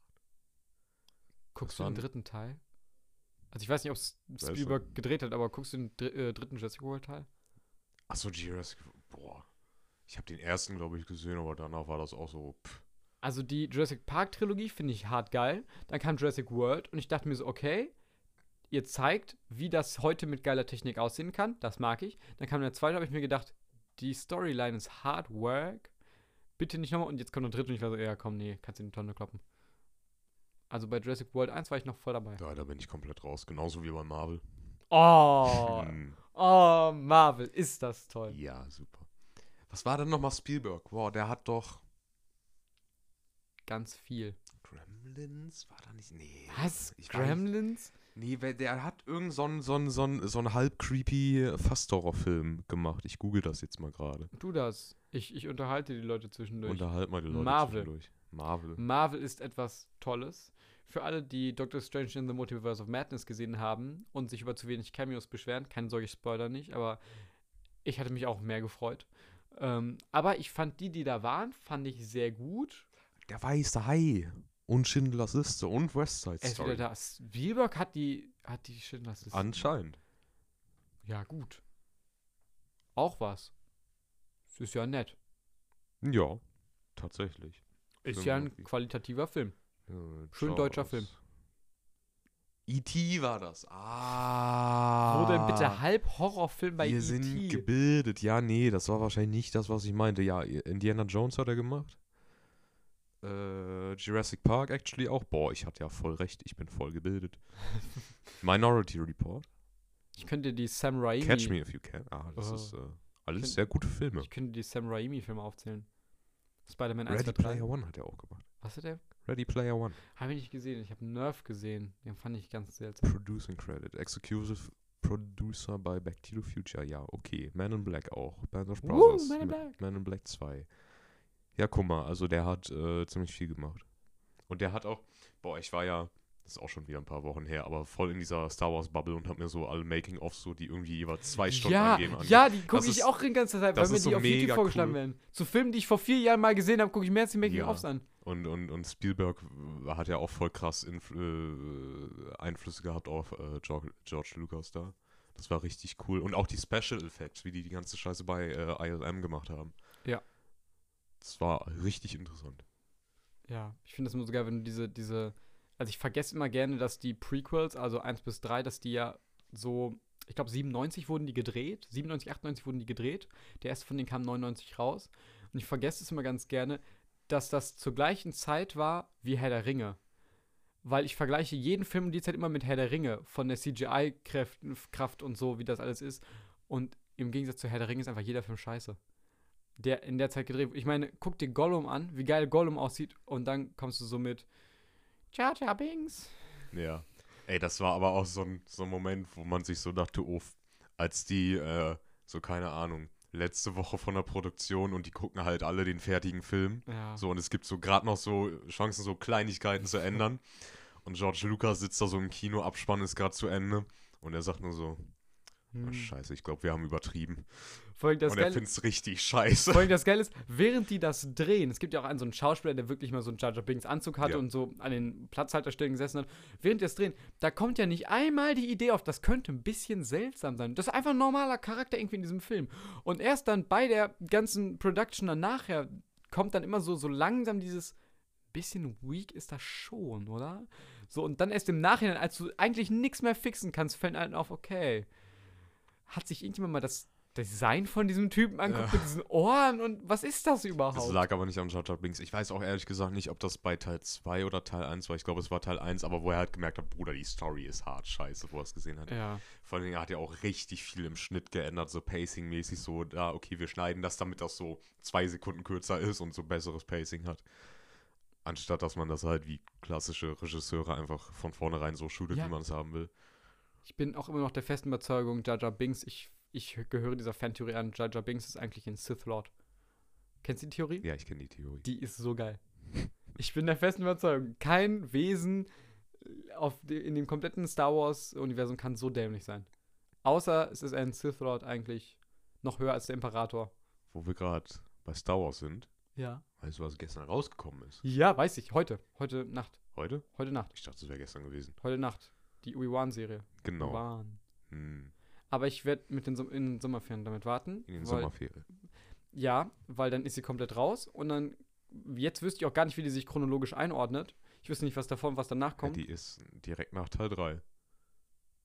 Speaker 1: Guckst du
Speaker 2: Das
Speaker 1: den
Speaker 2: waren-
Speaker 1: dritten Teil? Also ich weiß nicht, ob es
Speaker 2: ist er?
Speaker 1: Spielberg gedreht hat, aber guckst du den dr äh, dritten Jurassic World Teil?
Speaker 2: Achso, Jurassic. Boah. Ich habe den ersten, glaube ich, gesehen, aber danach war das auch so. Pff.
Speaker 1: Also die Jurassic Park Trilogie finde ich hart geil. Dann kam Jurassic World und ich dachte mir so, okay, ihr zeigt, wie das heute mit geiler Technik aussehen kann. Das mag ich. Dann kam der zweite, habe ich mir gedacht, die Storyline ist hard work. Bitte nicht nochmal. Und jetzt kommt der dritte und ich war so, ja komm, nee, kannst in die Tonne kloppen. Also bei Jurassic World 1 war ich noch voll dabei.
Speaker 2: Ja, da bin ich komplett raus. Genauso wie bei Marvel.
Speaker 1: Oh,
Speaker 2: Hm.
Speaker 1: oh, Marvel, ist das toll.
Speaker 2: Ja, super. Was war denn nochmal Spielberg? Boah, der hat doch.
Speaker 1: Ganz viel.
Speaker 2: Gremlins? War da nicht? Nee.
Speaker 1: Was?
Speaker 2: Ich weiß-
Speaker 1: Gremlins?
Speaker 2: Nee, weil der hat irgend so einen, so einen, so einen, so einen halb creepy Fast-Horror-Film gemacht. Ich google das jetzt mal gerade.
Speaker 1: Tu das. Ich, ich unterhalte die Leute zwischendurch.
Speaker 2: Unterhalt mal die Leute
Speaker 1: Marvel.
Speaker 2: zwischendurch. Marvel.
Speaker 1: Marvel ist etwas Tolles. Für alle, die Doctor Strange in the Multiverse of Madness gesehen haben und sich über zu wenig Cameos beschweren, keine Sorge, ich spoiler nicht, aber ich hatte mich auch mehr gefreut. Ähm, aber ich fand die, die da waren, fand ich sehr gut.
Speaker 2: Der weiße Hai. Und Schindlers Liste und West Side
Speaker 1: Er ist wieder
Speaker 2: Story.
Speaker 1: da. Spielberg hat die, hat die Schindlers Liste.
Speaker 2: Anscheinend.
Speaker 1: ja, gut. Auch was. Es Ist ja nett.
Speaker 2: Ja, tatsächlich.
Speaker 1: Ist
Speaker 2: Film
Speaker 1: ja ein
Speaker 2: irgendwie.
Speaker 1: qualitativer Film.
Speaker 2: Ja,
Speaker 1: Schön
Speaker 2: schau
Speaker 1: deutscher
Speaker 2: aus.
Speaker 1: Film.
Speaker 2: E.T. war das. Ah.
Speaker 1: Wo denn bitte halb Horrorfilm bei E
Speaker 2: Wir
Speaker 1: E.T.?
Speaker 2: sind gebildet. Ja, nee, das war wahrscheinlich nicht das, was ich meinte. Ja, Indiana Jones hat er gemacht. äh, Jurassic Park actually auch. Boah, ich hatte ja voll recht, ich bin voll gebildet. Minority Report.
Speaker 1: Ich könnte die Sam Raimi.
Speaker 2: Catch Me If You Can. Ah, das
Speaker 1: Oh.
Speaker 2: ist äh,
Speaker 1: Ich
Speaker 2: alles
Speaker 1: find-
Speaker 2: sehr gute Filme.
Speaker 1: Ich könnte die Sam Raimi-Filme aufzählen. Spider-Man 1, 2, 3.
Speaker 2: Ready Player One hat er auch gemacht.
Speaker 1: Was hat der?
Speaker 2: Ready Player One.
Speaker 1: Habe ich nicht gesehen. Ich habe Nerf gesehen. Den fand ich ganz seltsam.
Speaker 2: Producing Credit. Executive Producer bei Back to the Future. Ja, okay. Man in Black auch. Band of
Speaker 1: Woo,
Speaker 2: Brothers.
Speaker 1: Man in
Speaker 2: Ma-
Speaker 1: Black.
Speaker 2: Man in Black 2. Ja, guck mal, also der hat äh, ziemlich viel gemacht. Und der hat auch, boah, ich war ja, das ist auch schon wieder ein paar Wochen her, aber voll in dieser Star Wars Bubble und hab mir so alle Making-ofs, so die irgendwie jeweils zwei Stunden
Speaker 1: ja,
Speaker 2: angeben. ange-
Speaker 1: ja, die gucke
Speaker 2: Das
Speaker 1: ich
Speaker 2: ist-
Speaker 1: auch die ganze Zeit, weil
Speaker 2: das
Speaker 1: mir
Speaker 2: ist so
Speaker 1: die auf YouTube
Speaker 2: mega
Speaker 1: vorgeschlagen
Speaker 2: cool.
Speaker 1: werden. Zu Filmen, die ich vor vier Jahren mal gesehen habe, gucke ich mir jetzt die Making-ofs
Speaker 2: Ja.
Speaker 1: an.
Speaker 2: Und, und, und Spielberg äh, hat ja auch voll krass Infl äh, Einflüsse gehabt auf äh, George, George Lucas da. Das war richtig cool. Und auch die Special Effects, wie die die ganze Scheiße bei äh, ILM gemacht haben.
Speaker 1: Ja.
Speaker 2: Das war richtig interessant.
Speaker 1: Ja, ich finde das immer so geil, wenn du diese, diese, also ich vergesse immer gerne, dass die Prequels, also 1 bis 3, dass die ja so, ich glaube 97 wurden die gedreht, 97, 98 wurden die gedreht, der erste von denen kam 99 raus und ich vergesse es immer ganz gerne, dass das zur gleichen Zeit war wie Herr der Ringe. Weil ich vergleiche jeden Film um die Zeit immer mit Herr der Ringe, von der CGI-Kraft Kraft und so, wie das alles ist. Und im Gegensatz zu Herr der Ringe ist einfach jeder Film scheiße der in der Zeit gedreht wurde. Ich meine, guck dir Gollum an, wie geil Gollum aussieht, und dann kommst du so mit Jar Jar Bings.
Speaker 2: Ja. Ey, das war aber auch so ein, so ein Moment, wo man sich so dachte, oh, als die, äh, so keine Ahnung, letzte Woche von der Produktion und die gucken halt alle den fertigen Film.
Speaker 1: Ja.
Speaker 2: So, und es gibt so gerade noch so Chancen, so Kleinigkeiten zu ändern. Und George Lucas sitzt da so im Kino, Abspann ist gerade zu Ende. Und er sagt nur so, oh,
Speaker 1: Hm.
Speaker 2: scheiße, ich glaube, wir haben übertrieben.
Speaker 1: Vor allem das
Speaker 2: und er
Speaker 1: Geile-
Speaker 2: findet es richtig
Speaker 1: vor
Speaker 2: scheiße.
Speaker 1: allem das Geile ist, während die das drehen, es gibt ja auch einen so einen Schauspieler, der wirklich mal so einen Jar Jar Binks Anzug hatte
Speaker 2: Ja.
Speaker 1: und so an den Platzhalterstellen gesessen hat, während die das drehen, da kommt ja nicht einmal die Idee auf, das könnte ein bisschen seltsam sein. Das ist einfach ein normaler Charakter irgendwie in diesem Film. Und erst dann bei der ganzen Production dann nachher kommt dann immer so, so langsam dieses bisschen weak ist das schon, oder? So, und dann erst im Nachhinein, als du eigentlich nichts mehr fixen kannst, fällt einem auf, okay, hat sich irgendjemand mal das Design von diesem Typen angeguckt mit diesen Ohren und was ist das überhaupt?
Speaker 2: Das lag aber nicht an Jar Jar Binks. Ich weiß auch ehrlich gesagt nicht, ob das bei Teil 2 oder Teil 1 war. Ich glaube, es war Teil 1, aber wo er halt gemerkt hat, Bruder, die Story ist hart scheiße, wo er es gesehen hat.
Speaker 1: ja.
Speaker 2: Vor allen Dingen, er hat ja auch richtig viel im Schnitt geändert, so pacing-mäßig, so da, okay, wir schneiden das, damit das so zwei Sekunden kürzer ist und so besseres Pacing hat. Anstatt, dass man das halt wie klassische Regisseure einfach von vornherein so shootet,
Speaker 1: Ja.
Speaker 2: wie man es haben will.
Speaker 1: Ich bin auch immer noch der festen Überzeugung, Jar Jar Binks, ich, ich gehöre dieser Fantheorie an, Jar Jar Binks ist eigentlich ein Sith Lord. Kennst du die Theorie?
Speaker 2: Ja, ich kenne die Theorie.
Speaker 1: Die ist so geil. Ich bin der festen Überzeugung, kein Wesen äh, auf de, in dem kompletten Star Wars-Universum kann so dämlich sein. Außer es ist ein Sith Lord eigentlich noch höher als der Imperator.
Speaker 2: Wo wir gerade bei Star Wars sind,
Speaker 1: Ja.
Speaker 2: weißt du, was gestern rausgekommen ist?
Speaker 1: Ja, weiß ich. Heute. Heute Nacht.
Speaker 2: Heute?
Speaker 1: Heute Nacht.
Speaker 2: Ich dachte, es wäre gestern gewesen.
Speaker 1: Heute Nacht. Die Obi-Wan-Serie.
Speaker 2: Genau.
Speaker 1: Obi-Wan.
Speaker 2: Hm,
Speaker 1: Aber ich werde mit den, Som- in den Sommerferien damit warten.
Speaker 2: in den
Speaker 1: weil,
Speaker 2: Sommerferien.
Speaker 1: Ja, weil dann ist sie komplett raus und dann. Jetzt wüsste ich auch gar nicht, wie die sich chronologisch einordnet. Ich wüsste nicht, was davor und was danach
Speaker 2: Ja,
Speaker 1: kommt.
Speaker 2: die ist direkt nach Teil 3.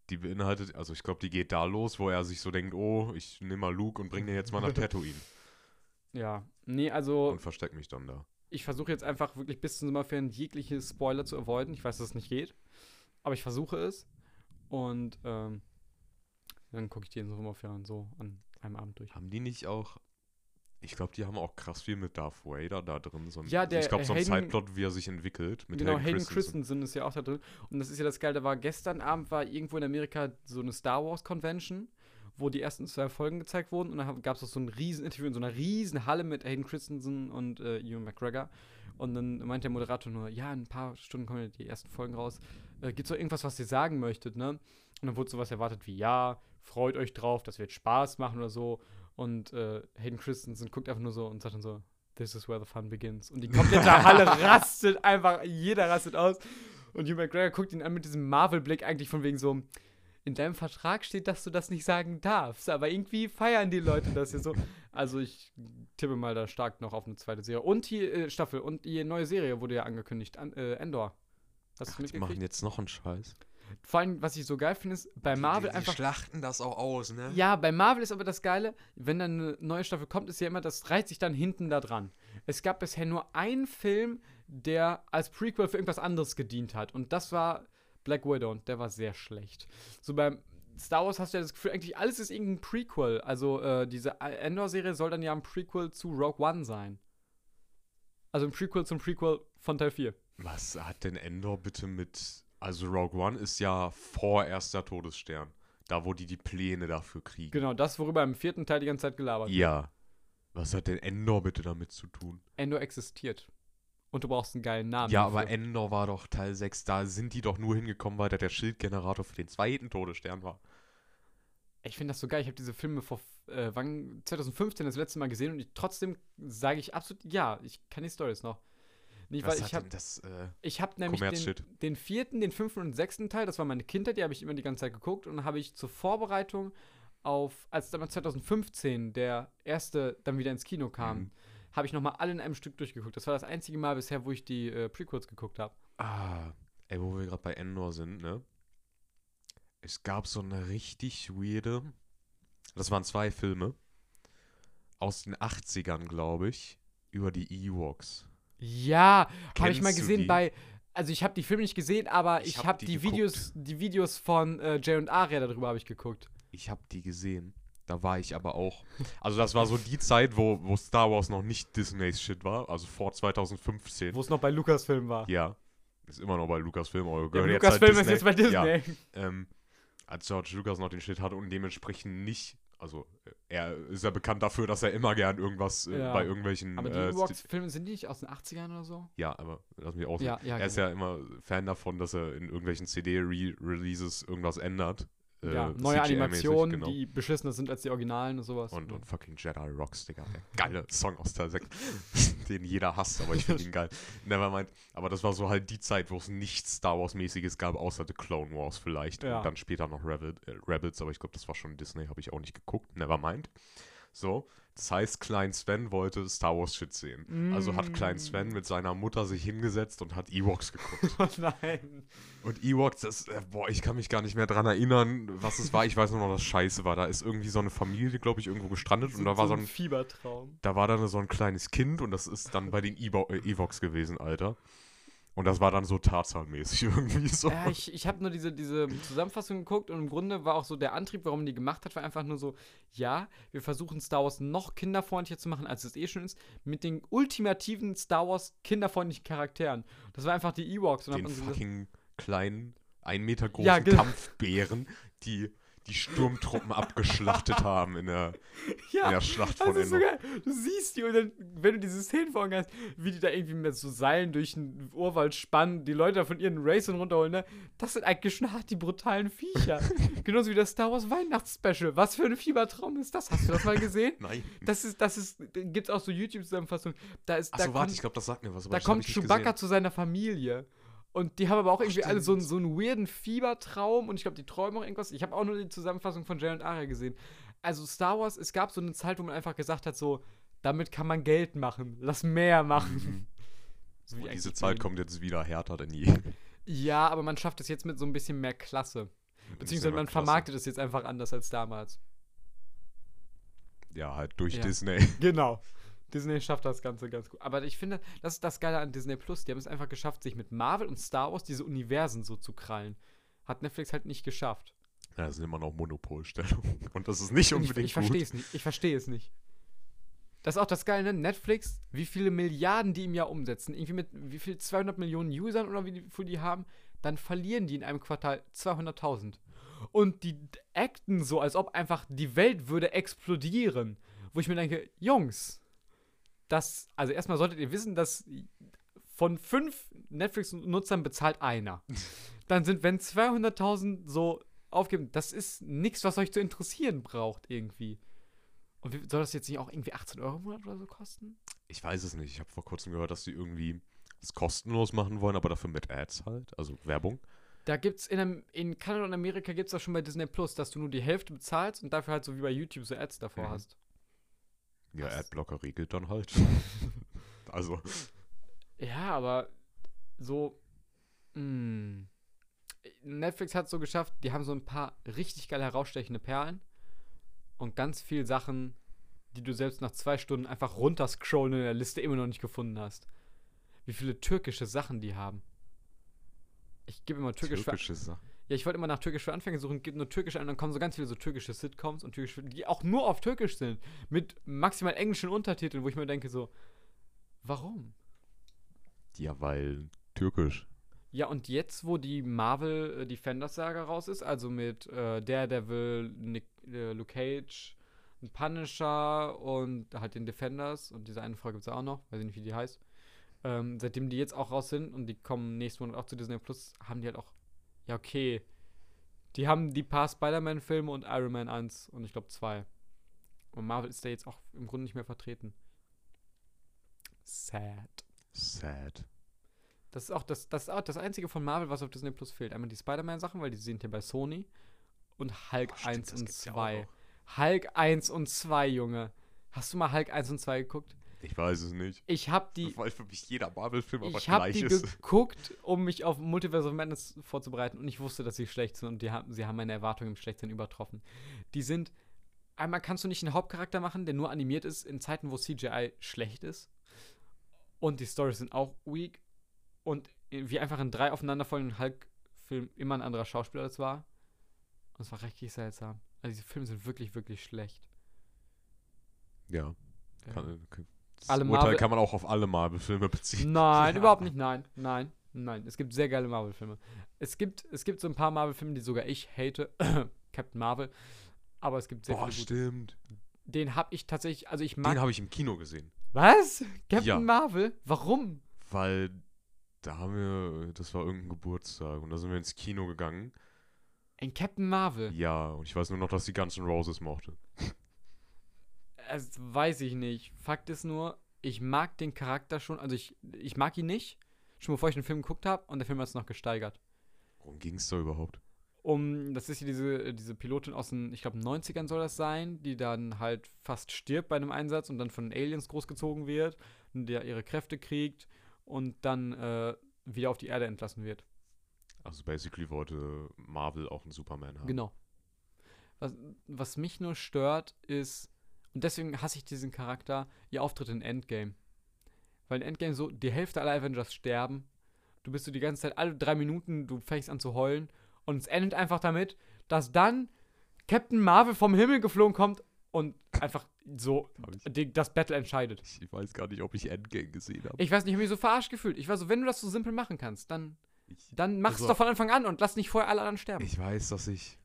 Speaker 2: Die beinhaltet, also ich glaube, die geht da los, wo er sich so denkt, oh, ich nehme mal Luke und bringe den jetzt mal nach Tatooine.
Speaker 1: ja. Nee, also.
Speaker 2: und versteck mich dann da.
Speaker 1: ich versuche jetzt einfach wirklich bis zum Sommerferien jegliche Spoiler zu avoiden. Ich weiß, dass es nicht geht, aber ich versuche es. Und ähm, dann gucke ich die in Sommerferien so an einem Abend durch.
Speaker 2: Haben die nicht auch. Ich glaube, die haben auch krass viel mit Darth Vader da drin. So ein,
Speaker 1: Ja, der,
Speaker 2: ich glaube, so ein
Speaker 1: äh, Hayden-
Speaker 2: Sideplot, wie er sich entwickelt. Mit
Speaker 1: genau, Hayden,
Speaker 2: Christensen.
Speaker 1: Christensen ist ja auch da drin. Und das ist ja das Geile, da war gestern Abend war irgendwo in Amerika so eine Star Wars Convention, wo die ersten zwei Folgen gezeigt wurden. Und dann gab es auch so ein riesen Interview in so einer riesen Halle mit Hayden Christensen und äh, Ewan McGregor. Und dann meint der Moderator nur, ja, in ein paar Stunden kommen ja die ersten Folgen raus. Äh, Gibt es noch irgendwas, was ihr sagen möchtet, ne? Und dann wurde sowas erwartet wie, ja, freut euch drauf, das wird Spaß machen oder so. Und äh, Hayden Christensen guckt einfach nur so und sagt dann so, This is where the fun begins. Und die komplette Halle rastet einfach, jeder rastet aus. Und Hugh McGregor guckt ihn an mit diesem Marvel-Blick eigentlich von wegen so, in deinem Vertrag steht, dass du das nicht sagen darfst, aber irgendwie feiern die Leute das hier so. Also ich tippe mal da stark noch auf eine zweite Serie. Und die äh, Staffel und die neue Serie wurde ja angekündigt, an, äh, Endor. Hast du
Speaker 2: Die machen
Speaker 1: mitgekriegt?
Speaker 2: jetzt noch einen Scheiß.
Speaker 1: Vor allem, was ich so geil finde, ist, bei Äh, Marvel einfach
Speaker 2: schlachten das auch aus, ne?
Speaker 1: ja, bei Marvel ist aber das Geile, wenn dann eine neue Staffel kommt, ist ja immer, das reiht sich dann hinten da dran. es gab bisher nur einen Film, der als Prequel für irgendwas anderes gedient hat. Und das war Black Widow und der war sehr schlecht. So beim Star Wars hast du ja das Gefühl, eigentlich alles ist irgendein Prequel. Also äh, diese Endor-Serie soll dann ja ein Prequel zu Rogue One sein. Also ein Prequel zum Prequel von Teil 4.
Speaker 2: Was hat denn Endor bitte mit. Also Rogue One ist ja vor erster Todesstern. Da, wo die die Pläne dafür kriegen.
Speaker 1: Genau, das, worüber im vierten Teil die ganze Zeit gelabert wird.
Speaker 2: Ja. Was hat denn Endor bitte damit zu tun?
Speaker 1: Endor existiert. Und du brauchst einen geilen Namen.
Speaker 2: Ja, aber
Speaker 1: dafür.
Speaker 2: Endor war doch Teil 6. Da sind die doch nur hingekommen, weil da der Schildgenerator für den zweiten Todesstern war.
Speaker 1: Ich finde das so geil. Ich habe diese Filme vor äh, wann, 2015 das letzte Mal gesehen und ich, trotzdem sage ich absolut, ja, ich kann die Stories noch. Nicht, weil
Speaker 2: Was
Speaker 1: ich
Speaker 2: hat
Speaker 1: habe
Speaker 2: denn das? Äh,
Speaker 1: ich hab nämlich
Speaker 2: Kommerzshit.
Speaker 1: den, den vierten, den fünften und sechsten Teil, das war meine Kindheit, die habe ich immer die ganze Zeit geguckt und habe ich zur Vorbereitung auf, als damals 2015 der erste dann wieder ins Kino kam,
Speaker 2: Mhm.
Speaker 1: habe ich nochmal alle in einem Stück durchgeguckt. Das war das einzige Mal bisher, wo ich die äh, Prequels geguckt habe.
Speaker 2: ah, ey, wo wir gerade bei Endor sind, ne? Es gab so eine richtig weirde. Das waren zwei Filme. Aus den 80ern, glaube ich. Über die Ewoks.
Speaker 1: Ja, habe ich
Speaker 2: Kennst
Speaker 1: mal
Speaker 2: du
Speaker 1: gesehen
Speaker 2: die?
Speaker 1: bei. Also ich habe die Filme nicht gesehen, aber ich,
Speaker 2: Ich hab
Speaker 1: habe
Speaker 2: die
Speaker 1: die,
Speaker 2: geguckt.
Speaker 1: Videos, die Videos von äh, Jay und Aria darüber habe ich geguckt.
Speaker 2: Ich habe die gesehen. Da war ich aber auch. Also, das war so die Zeit, wo, wo Star Wars noch nicht Disney's Shit war. Also vor 2015.
Speaker 1: Wo es noch bei Lucasfilm war.
Speaker 2: Ja. Ist immer noch bei Lucasfilm, aber
Speaker 1: Der
Speaker 2: gehört jetzt halt
Speaker 1: Lucasfilm ist
Speaker 2: Disney.
Speaker 1: jetzt bei Disney.
Speaker 2: Ja, ähm, als George Lucas noch den Shit hatte und dementsprechend nicht, also äh, er ist ja bekannt dafür, dass er immer gern irgendwas äh,
Speaker 1: Ja.
Speaker 2: bei irgendwelchen.
Speaker 1: Aber die
Speaker 2: äh,
Speaker 1: Ewoks-Filme sind die nicht aus den 80ern oder so?
Speaker 2: ja, aber lass mich auch.
Speaker 1: Ja, genau. ja,
Speaker 2: er ist ja immer Fan davon, dass er in irgendwelchen CD-Releases irgendwas ändert. äh,
Speaker 1: ja, neue
Speaker 2: CGI-mäßig,
Speaker 1: Animationen,
Speaker 2: genau.
Speaker 1: die beschissener sind als die Originalen und sowas.
Speaker 2: Und,
Speaker 1: Ja.
Speaker 2: und fucking Jedi Rocks, Digga. Der geile Song aus Teil 6, den jeder hasst, aber ich finde ihn geil. Nevermind. Aber das war so halt die Zeit, wo es nichts Star Wars-mäßiges gab, außer The Clone Wars vielleicht.
Speaker 1: Ja.
Speaker 2: Und dann später noch Rabbit, äh, Rabbits, aber ich glaube, das war schon Disney, habe ich auch nicht geguckt. Nevermind. So, das heißt, Klein Sven wollte Star Wars-Shit sehen. Also hat Klein Sven mit seiner Mutter sich hingesetzt und hat Ewoks geguckt.
Speaker 1: Oh nein.
Speaker 2: Und Ewoks, das, äh, boah, ich kann mich gar nicht mehr dran erinnern, was es war. Ich weiß nur noch, dass Scheiße war. Da ist irgendwie so eine Familie, glaube ich, irgendwo gestrandet und da war so ein
Speaker 1: Fiebertraum.
Speaker 2: da war dann so ein kleines Kind und das ist dann bei den Evo äh, Evox gewesen, Alter. Und das war dann so Tarzan-mäßig irgendwie so.
Speaker 1: Ja, ich ich habe nur diese, diese Zusammenfassung geguckt und im Grunde war auch so der Antrieb, warum die gemacht hat, war einfach nur so, ja, wir versuchen Star Wars noch kinderfreundlicher zu machen, als es eh schon ist, mit den ultimativen Star Wars kinderfreundlichen Charakteren. Das war einfach die Ewoks. Und hat
Speaker 2: den
Speaker 1: man so gesagt,
Speaker 2: fucking kleinen, ein Meter großen
Speaker 1: Ja, genau.
Speaker 2: Kampfbären, die die Sturmtruppen abgeschlachtet haben in der, in der Schlacht
Speaker 1: Das
Speaker 2: von
Speaker 1: ist so
Speaker 2: Endor.
Speaker 1: geil. Du siehst die und dann, wenn du diese Szenen vor Augen hast, wie die da irgendwie mit so Seilen durch den Urwald spannen, die Leute da von ihren Racern runterholen, ne? Das sind eigentlich schon hart die brutalen Viecher. Genauso wie das Star Wars Weihnachtsspecial. Was für ein Fiebertraum ist das? Hast du das mal gesehen?
Speaker 2: Nein.
Speaker 1: Das ist, das ist, da gibt's auch so YouTube-Zusammenfassungen. Da ist, da
Speaker 2: Achso, warte,
Speaker 1: kommt,
Speaker 2: ich glaube, das sagt mir was. aber
Speaker 1: da
Speaker 2: das hab
Speaker 1: kommt
Speaker 2: ich nicht
Speaker 1: Chewbacca
Speaker 2: gesehen.
Speaker 1: zu seiner Familie. Und die haben aber auch irgendwie alle so, einen-
Speaker 2: stimmt.
Speaker 1: so einen weirden Fiebertraum und ich glaube, die träumen auch irgendwas. Ich habe auch nur die Zusammenfassung von Jay und Aria gesehen. Also Star Wars, es gab so eine Zeit, wo man einfach gesagt hat, so, damit kann man Geld machen, lass mehr machen. So wie
Speaker 2: Mhm. Und Oh, diese
Speaker 1: eigentlich
Speaker 2: Zeit
Speaker 1: Geld.
Speaker 2: kommt jetzt wieder härter denn je.
Speaker 1: Ja, aber man schafft es jetzt mit so ein bisschen mehr Klasse. Beziehungsweise man vermarktet es jetzt einfach anders als damals.
Speaker 2: Ja, halt durch
Speaker 1: Ja.
Speaker 2: Disney.
Speaker 1: Genau. Disney schafft das Ganze ganz gut. Aber ich finde, das ist das Geile an Disney Plus. Die haben es einfach geschafft, sich mit Marvel und Star Wars diese Universen so zu krallen. Hat Netflix halt nicht geschafft.
Speaker 2: Ja, das sind immer noch Monopolstellungen. Und das ist nicht
Speaker 1: Ich,
Speaker 2: unbedingt
Speaker 1: ich verstehe es nicht. Ich verstehe es nicht. Das ist auch das Geile, ne? Netflix, wie viele Milliarden die im Jahr umsetzen. Irgendwie mit wie viel 200 Millionen Usern oder wie die- viel die haben. Dann verlieren die in einem Quartal 200.000. Und die acten so, als ob einfach die Welt würde explodieren. Wo ich mir denke, Jungs, das, also erstmal solltet ihr wissen, dass von fünf Netflix-Nutzern bezahlt einer. Dann sind, wenn 200.000 so aufgeben, das ist nichts, was euch zu interessieren braucht irgendwie. Und wie, soll das jetzt nicht auch irgendwie 18 Euro im Monat oder so kosten?
Speaker 2: Ich weiß es nicht. Ich habe vor kurzem gehört, dass sie irgendwie es kostenlos machen wollen, aber dafür mit Ads halt, also Werbung.
Speaker 1: Da gibt's in, Am- in Kanada und Amerika gibt's das schon bei Disney Plus, dass du nur die Hälfte bezahlst und dafür halt so wie bei YouTube so Ads davor
Speaker 2: Mhm.
Speaker 1: hast.
Speaker 2: Ja,
Speaker 1: Was?
Speaker 2: Adblocker regelt dann halt. also,
Speaker 1: Ja, aber so. Mh. Netflix hat so geschafft, die haben so ein paar richtig geil herausstechende Perlen und ganz viel Sachen, die du selbst nach zwei Stunden einfach runterscrollen in der Liste immer noch nicht gefunden hast. Wie viele türkische Sachen die haben. Ich gebe immer türkisch für,
Speaker 2: Türkische Sachen.
Speaker 1: ja, ich wollte immer nach türkisch für Anfänger suchen, gebe nur türkisch ein und dann kommen so ganz viele so türkische Sitcoms und türkische, die auch nur auf türkisch sind, mit maximal englischen Untertiteln, wo ich mir denke so, warum?
Speaker 2: Ja, weil türkisch.
Speaker 1: Ja, und jetzt, wo die Marvel äh, Defenders Saga raus ist, also mit äh, Daredevil, Nick, äh, Luke Cage, ein Punisher und halt den Defenders und diese eine Folge gibt es auch noch, weiß ich nicht, wie die heißt. Ähm, seitdem die jetzt auch raus sind und die kommen nächsten Monat auch zu Disney Plus, haben die halt auch, ja, okay. Die haben die paar Spider-Man-Filme und Iron Man 1 und ich glaube 2. Und Marvel ist da jetzt auch im Grunde nicht mehr vertreten. Sad.
Speaker 2: Sad.
Speaker 1: Das ist auch das, das, ist auch das Einzige von Marvel, was auf Disney Plus fehlt. Einmal die Spider-Man-Sachen, weil die sind ja bei Sony. Und Hulk
Speaker 2: Ach,
Speaker 1: 1
Speaker 2: stimmt, das
Speaker 1: und
Speaker 2: gibt's ja auch
Speaker 1: 2.
Speaker 2: noch.
Speaker 1: Hulk 1 und 2, Junge. Hast du mal Hulk 1 und 2 geguckt?
Speaker 2: Ich weiß es nicht.
Speaker 1: Ich hab die.
Speaker 2: Weil für mich jeder Marvel-Film aber
Speaker 1: Ich hab
Speaker 2: gleich
Speaker 1: die
Speaker 2: ist.
Speaker 1: geguckt, um mich auf Multiverse of Madness vorzubereiten und ich wusste, dass sie schlecht sind und die haben, sie haben meine Erwartungen im Schlechtsein übertroffen. Die sind. Einmal kannst du nicht einen Hauptcharakter machen, der nur animiert ist, in Zeiten, wo CGI schlecht ist. Und die Storys sind auch weak. Und wie einfach in drei aufeinanderfolgenden Hulk-Filmen immer ein anderer Schauspieler das war. Und es war richtig seltsam. Also diese Filme sind wirklich, wirklich schlecht.
Speaker 2: Ja.
Speaker 1: Ja.
Speaker 2: Kann, kann, das
Speaker 1: Alle
Speaker 2: Urteil
Speaker 1: Marvel-
Speaker 2: kann man auch auf alle Marvel-Filme beziehen.
Speaker 1: Nein, überhaupt nicht. Nein, nein, nein. Es gibt sehr geile Marvel-Filme. Es gibt, es gibt so ein paar Marvel-Filme, die sogar ich hate. Captain Marvel. Aber es gibt sehr
Speaker 2: Boah,
Speaker 1: viele gute.
Speaker 2: stimmt.
Speaker 1: Den habe ich tatsächlich, also ich
Speaker 2: Den
Speaker 1: mag.
Speaker 2: habe ich im Kino gesehen.
Speaker 1: Was? Captain
Speaker 2: Ja.
Speaker 1: Marvel? Warum?
Speaker 2: Weil da haben wir, das war irgendein Geburtstag und da sind wir ins Kino gegangen.
Speaker 1: Ein Captain Marvel?
Speaker 2: Ja, und ich weiß nur noch, dass die ganzen Roses mochte.
Speaker 1: Das weiß ich nicht. Fakt ist nur, ich mag den Charakter schon, also ich, ich mag ihn nicht, schon bevor ich den Film geguckt habe und der Film hat es noch gesteigert.
Speaker 2: Worum ging es da überhaupt?
Speaker 1: Um, das ist hier diese, diese Pilotin aus den, ich glaube, 90ern soll das sein, die dann halt fast stirbt bei einem Einsatz und dann von den Aliens großgezogen wird und der ihre Kräfte kriegt und dann äh, wieder auf die Erde entlassen wird.
Speaker 2: Also basically wollte Marvel auch einen Superman haben.
Speaker 1: Genau. Was, was mich nur stört, ist, und deswegen hasse ich diesen Charakter, ihr Auftritt in Endgame. Weil in Endgame so, die Hälfte aller Avengers sterben. Du bist so die ganze Zeit, alle drei Minuten, du fängst an zu heulen. Und es endet einfach damit, dass dann Captain Marvel vom Himmel geflogen kommt und einfach so
Speaker 2: Hab ich-
Speaker 1: die, das Battle entscheidet.
Speaker 2: Ich weiß gar nicht, ob ich Endgame gesehen habe.
Speaker 1: Ich weiß nicht, ich habe mich so verarscht gefühlt. Ich war so, wenn du das so simpel machen kannst, dann,
Speaker 2: Ich,
Speaker 1: dann mach es
Speaker 2: Also-
Speaker 1: doch von Anfang an und lass nicht vorher alle anderen sterben.
Speaker 2: ich weiß, dass ich.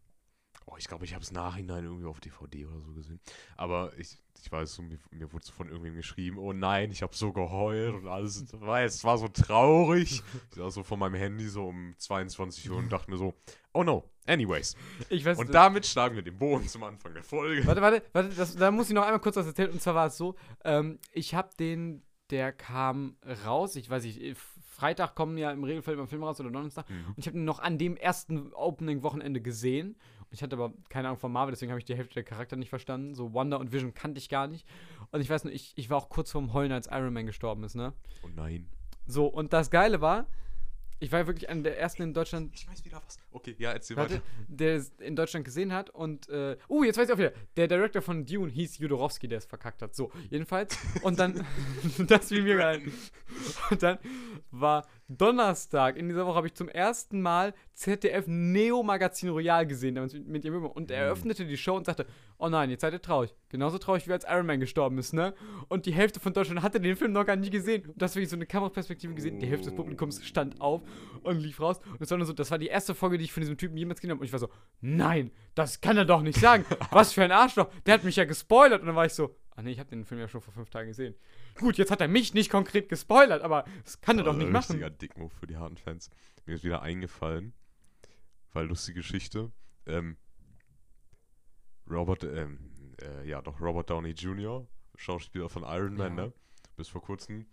Speaker 2: Oh, ich glaube, ich habe es nachhinein irgendwie auf DVD oder so gesehen. Aber ich, ich weiß, so, mir, mir wurde so von irgendwem geschrieben, oh nein, ich habe so geheult und alles. Es war, es war so traurig. Ich saß so vor meinem Handy so um 22 Uhr und dachte mir so, oh no, anyways.
Speaker 1: Ich weiß,
Speaker 2: Und damit schlagen wir den Bogen zum Anfang der Folge.
Speaker 1: Warte, warte, warte, das, da muss ich noch einmal kurz was erzählen. Und zwar war es so, ähm, ich habe den, der kam raus, ich weiß nicht, eh, Freitag kommen ja im Regelfall immer Filme raus oder Donnerstag. Und ich habe den noch an dem ersten Opening-Wochenende gesehen. Und ich hatte aber keine Ahnung von Marvel, deswegen habe ich die Hälfte der Charakter nicht verstanden. So Wonder und Vision kannte ich gar nicht. Und ich weiß nur, ich, ich war auch kurz vorm Heulen, als Iron Man gestorben ist, ne?
Speaker 2: Oh nein.
Speaker 1: So, und das Geile war, ich war ja wirklich einer der ersten in Deutschland,
Speaker 2: Ich weiß wieder was. Okay, ja, erzähl
Speaker 1: Warte,
Speaker 2: weiter.
Speaker 1: der es in Deutschland gesehen hat und äh, uh, jetzt weiß ich auch wieder, der Director von Dune hieß Jodorowski, der es verkackt hat. So, jedenfalls und dann das fiel mir rein. Und dann war Donnerstag, in dieser Woche habe ich zum ersten Mal ZDF Neo Magazin Royal gesehen, damals mit, mit ihrem und er öffnete die Show und sagte, oh nein, jetzt seid ihr traurig. Genauso traurig, wie als Iron Man gestorben ist, ne? Und die Hälfte von Deutschland hatte den Film noch gar nicht gesehen. Und deswegen so eine Kameraperspektive gesehen, die Hälfte des Publikums stand auf und lief raus. Und es war nur so, das war die erste Folge, die ich von diesem Typen jemals gesehen habe. Und ich war so, nein, das kann er doch nicht sagen. Was für ein Arschloch. Der hat mich ja gespoilert. Und dann war ich so, ah nee, ich habe den Film ja schon vor fünf Tagen gesehen. Gut, jetzt hat er mich nicht konkret gespoilert, aber das kann er doch nicht
Speaker 2: Also ein
Speaker 1: machen.
Speaker 2: Richtiger Dickmove für die harten Fans. Mir ist wieder eingefallen, weil lustige Geschichte. Ähm, Robert, ähm, äh, ja doch, Robert Downey Jr., Schauspieler von Iron Man,
Speaker 1: Ja.
Speaker 2: ne? Bis vor kurzem.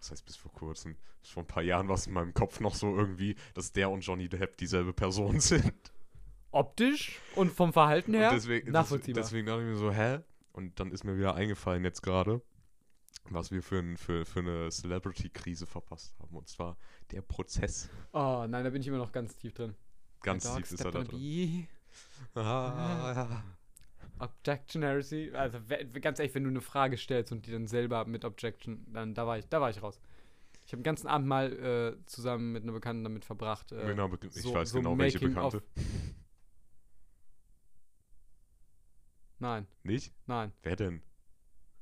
Speaker 2: Was heißt bis vor kurzem? Bis vor ein paar Jahren war es in meinem Kopf noch so irgendwie, dass der und Johnny Depp dieselbe Person sind.
Speaker 1: Optisch und vom Verhalten her
Speaker 2: Und deswegen,
Speaker 1: nachvollziehbar.
Speaker 2: Deswegen dachte ich mir so, hä? Und dann ist mir wieder eingefallen jetzt gerade, was wir für, ein, für, für eine Celebrity-Krise verpasst haben. Und zwar der Prozess.
Speaker 1: oh nein, da bin ich immer noch ganz tief drin.
Speaker 2: Ganz
Speaker 1: My dog
Speaker 2: tief ist er
Speaker 1: stepped
Speaker 2: da
Speaker 1: on a
Speaker 2: drin.
Speaker 1: bee.
Speaker 2: Ah, ja.
Speaker 1: Objection Heresy? Also we- ganz ehrlich, wenn du eine Frage stellst und die dann selber mit Objection, dann da war ich, da war ich raus. Ich habe den ganzen Abend mal äh, zusammen mit einer Bekannten damit verbracht. Äh,
Speaker 2: genau, be- ich
Speaker 1: so-
Speaker 2: weiß
Speaker 1: so
Speaker 2: genau, welche
Speaker 1: making of-
Speaker 2: Bekannte.
Speaker 1: Nein,
Speaker 2: Nicht?
Speaker 1: nein,
Speaker 2: Wer denn?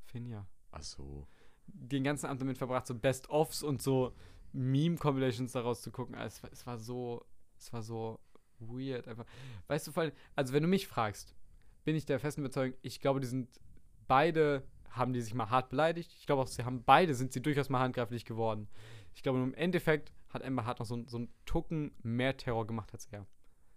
Speaker 1: Finja.
Speaker 2: Ach so.
Speaker 1: Den ganzen Abend damit verbracht, so Best-ofs und so Meme-Compilations daraus zu gucken. Es, war- es war so, es war so weird einfach. Weißt du, vor allem, also wenn du mich fragst, bin ich der festen Überzeugung, ich glaube, die sind beide, haben die sich mal hart beleidigt. Ich glaube auch, sie haben beide, sind sie durchaus mal handgreiflich geworden. Ich glaube, nur im Endeffekt hat Amber Hart noch so, einen- so einen Tucken mehr Terror gemacht als er.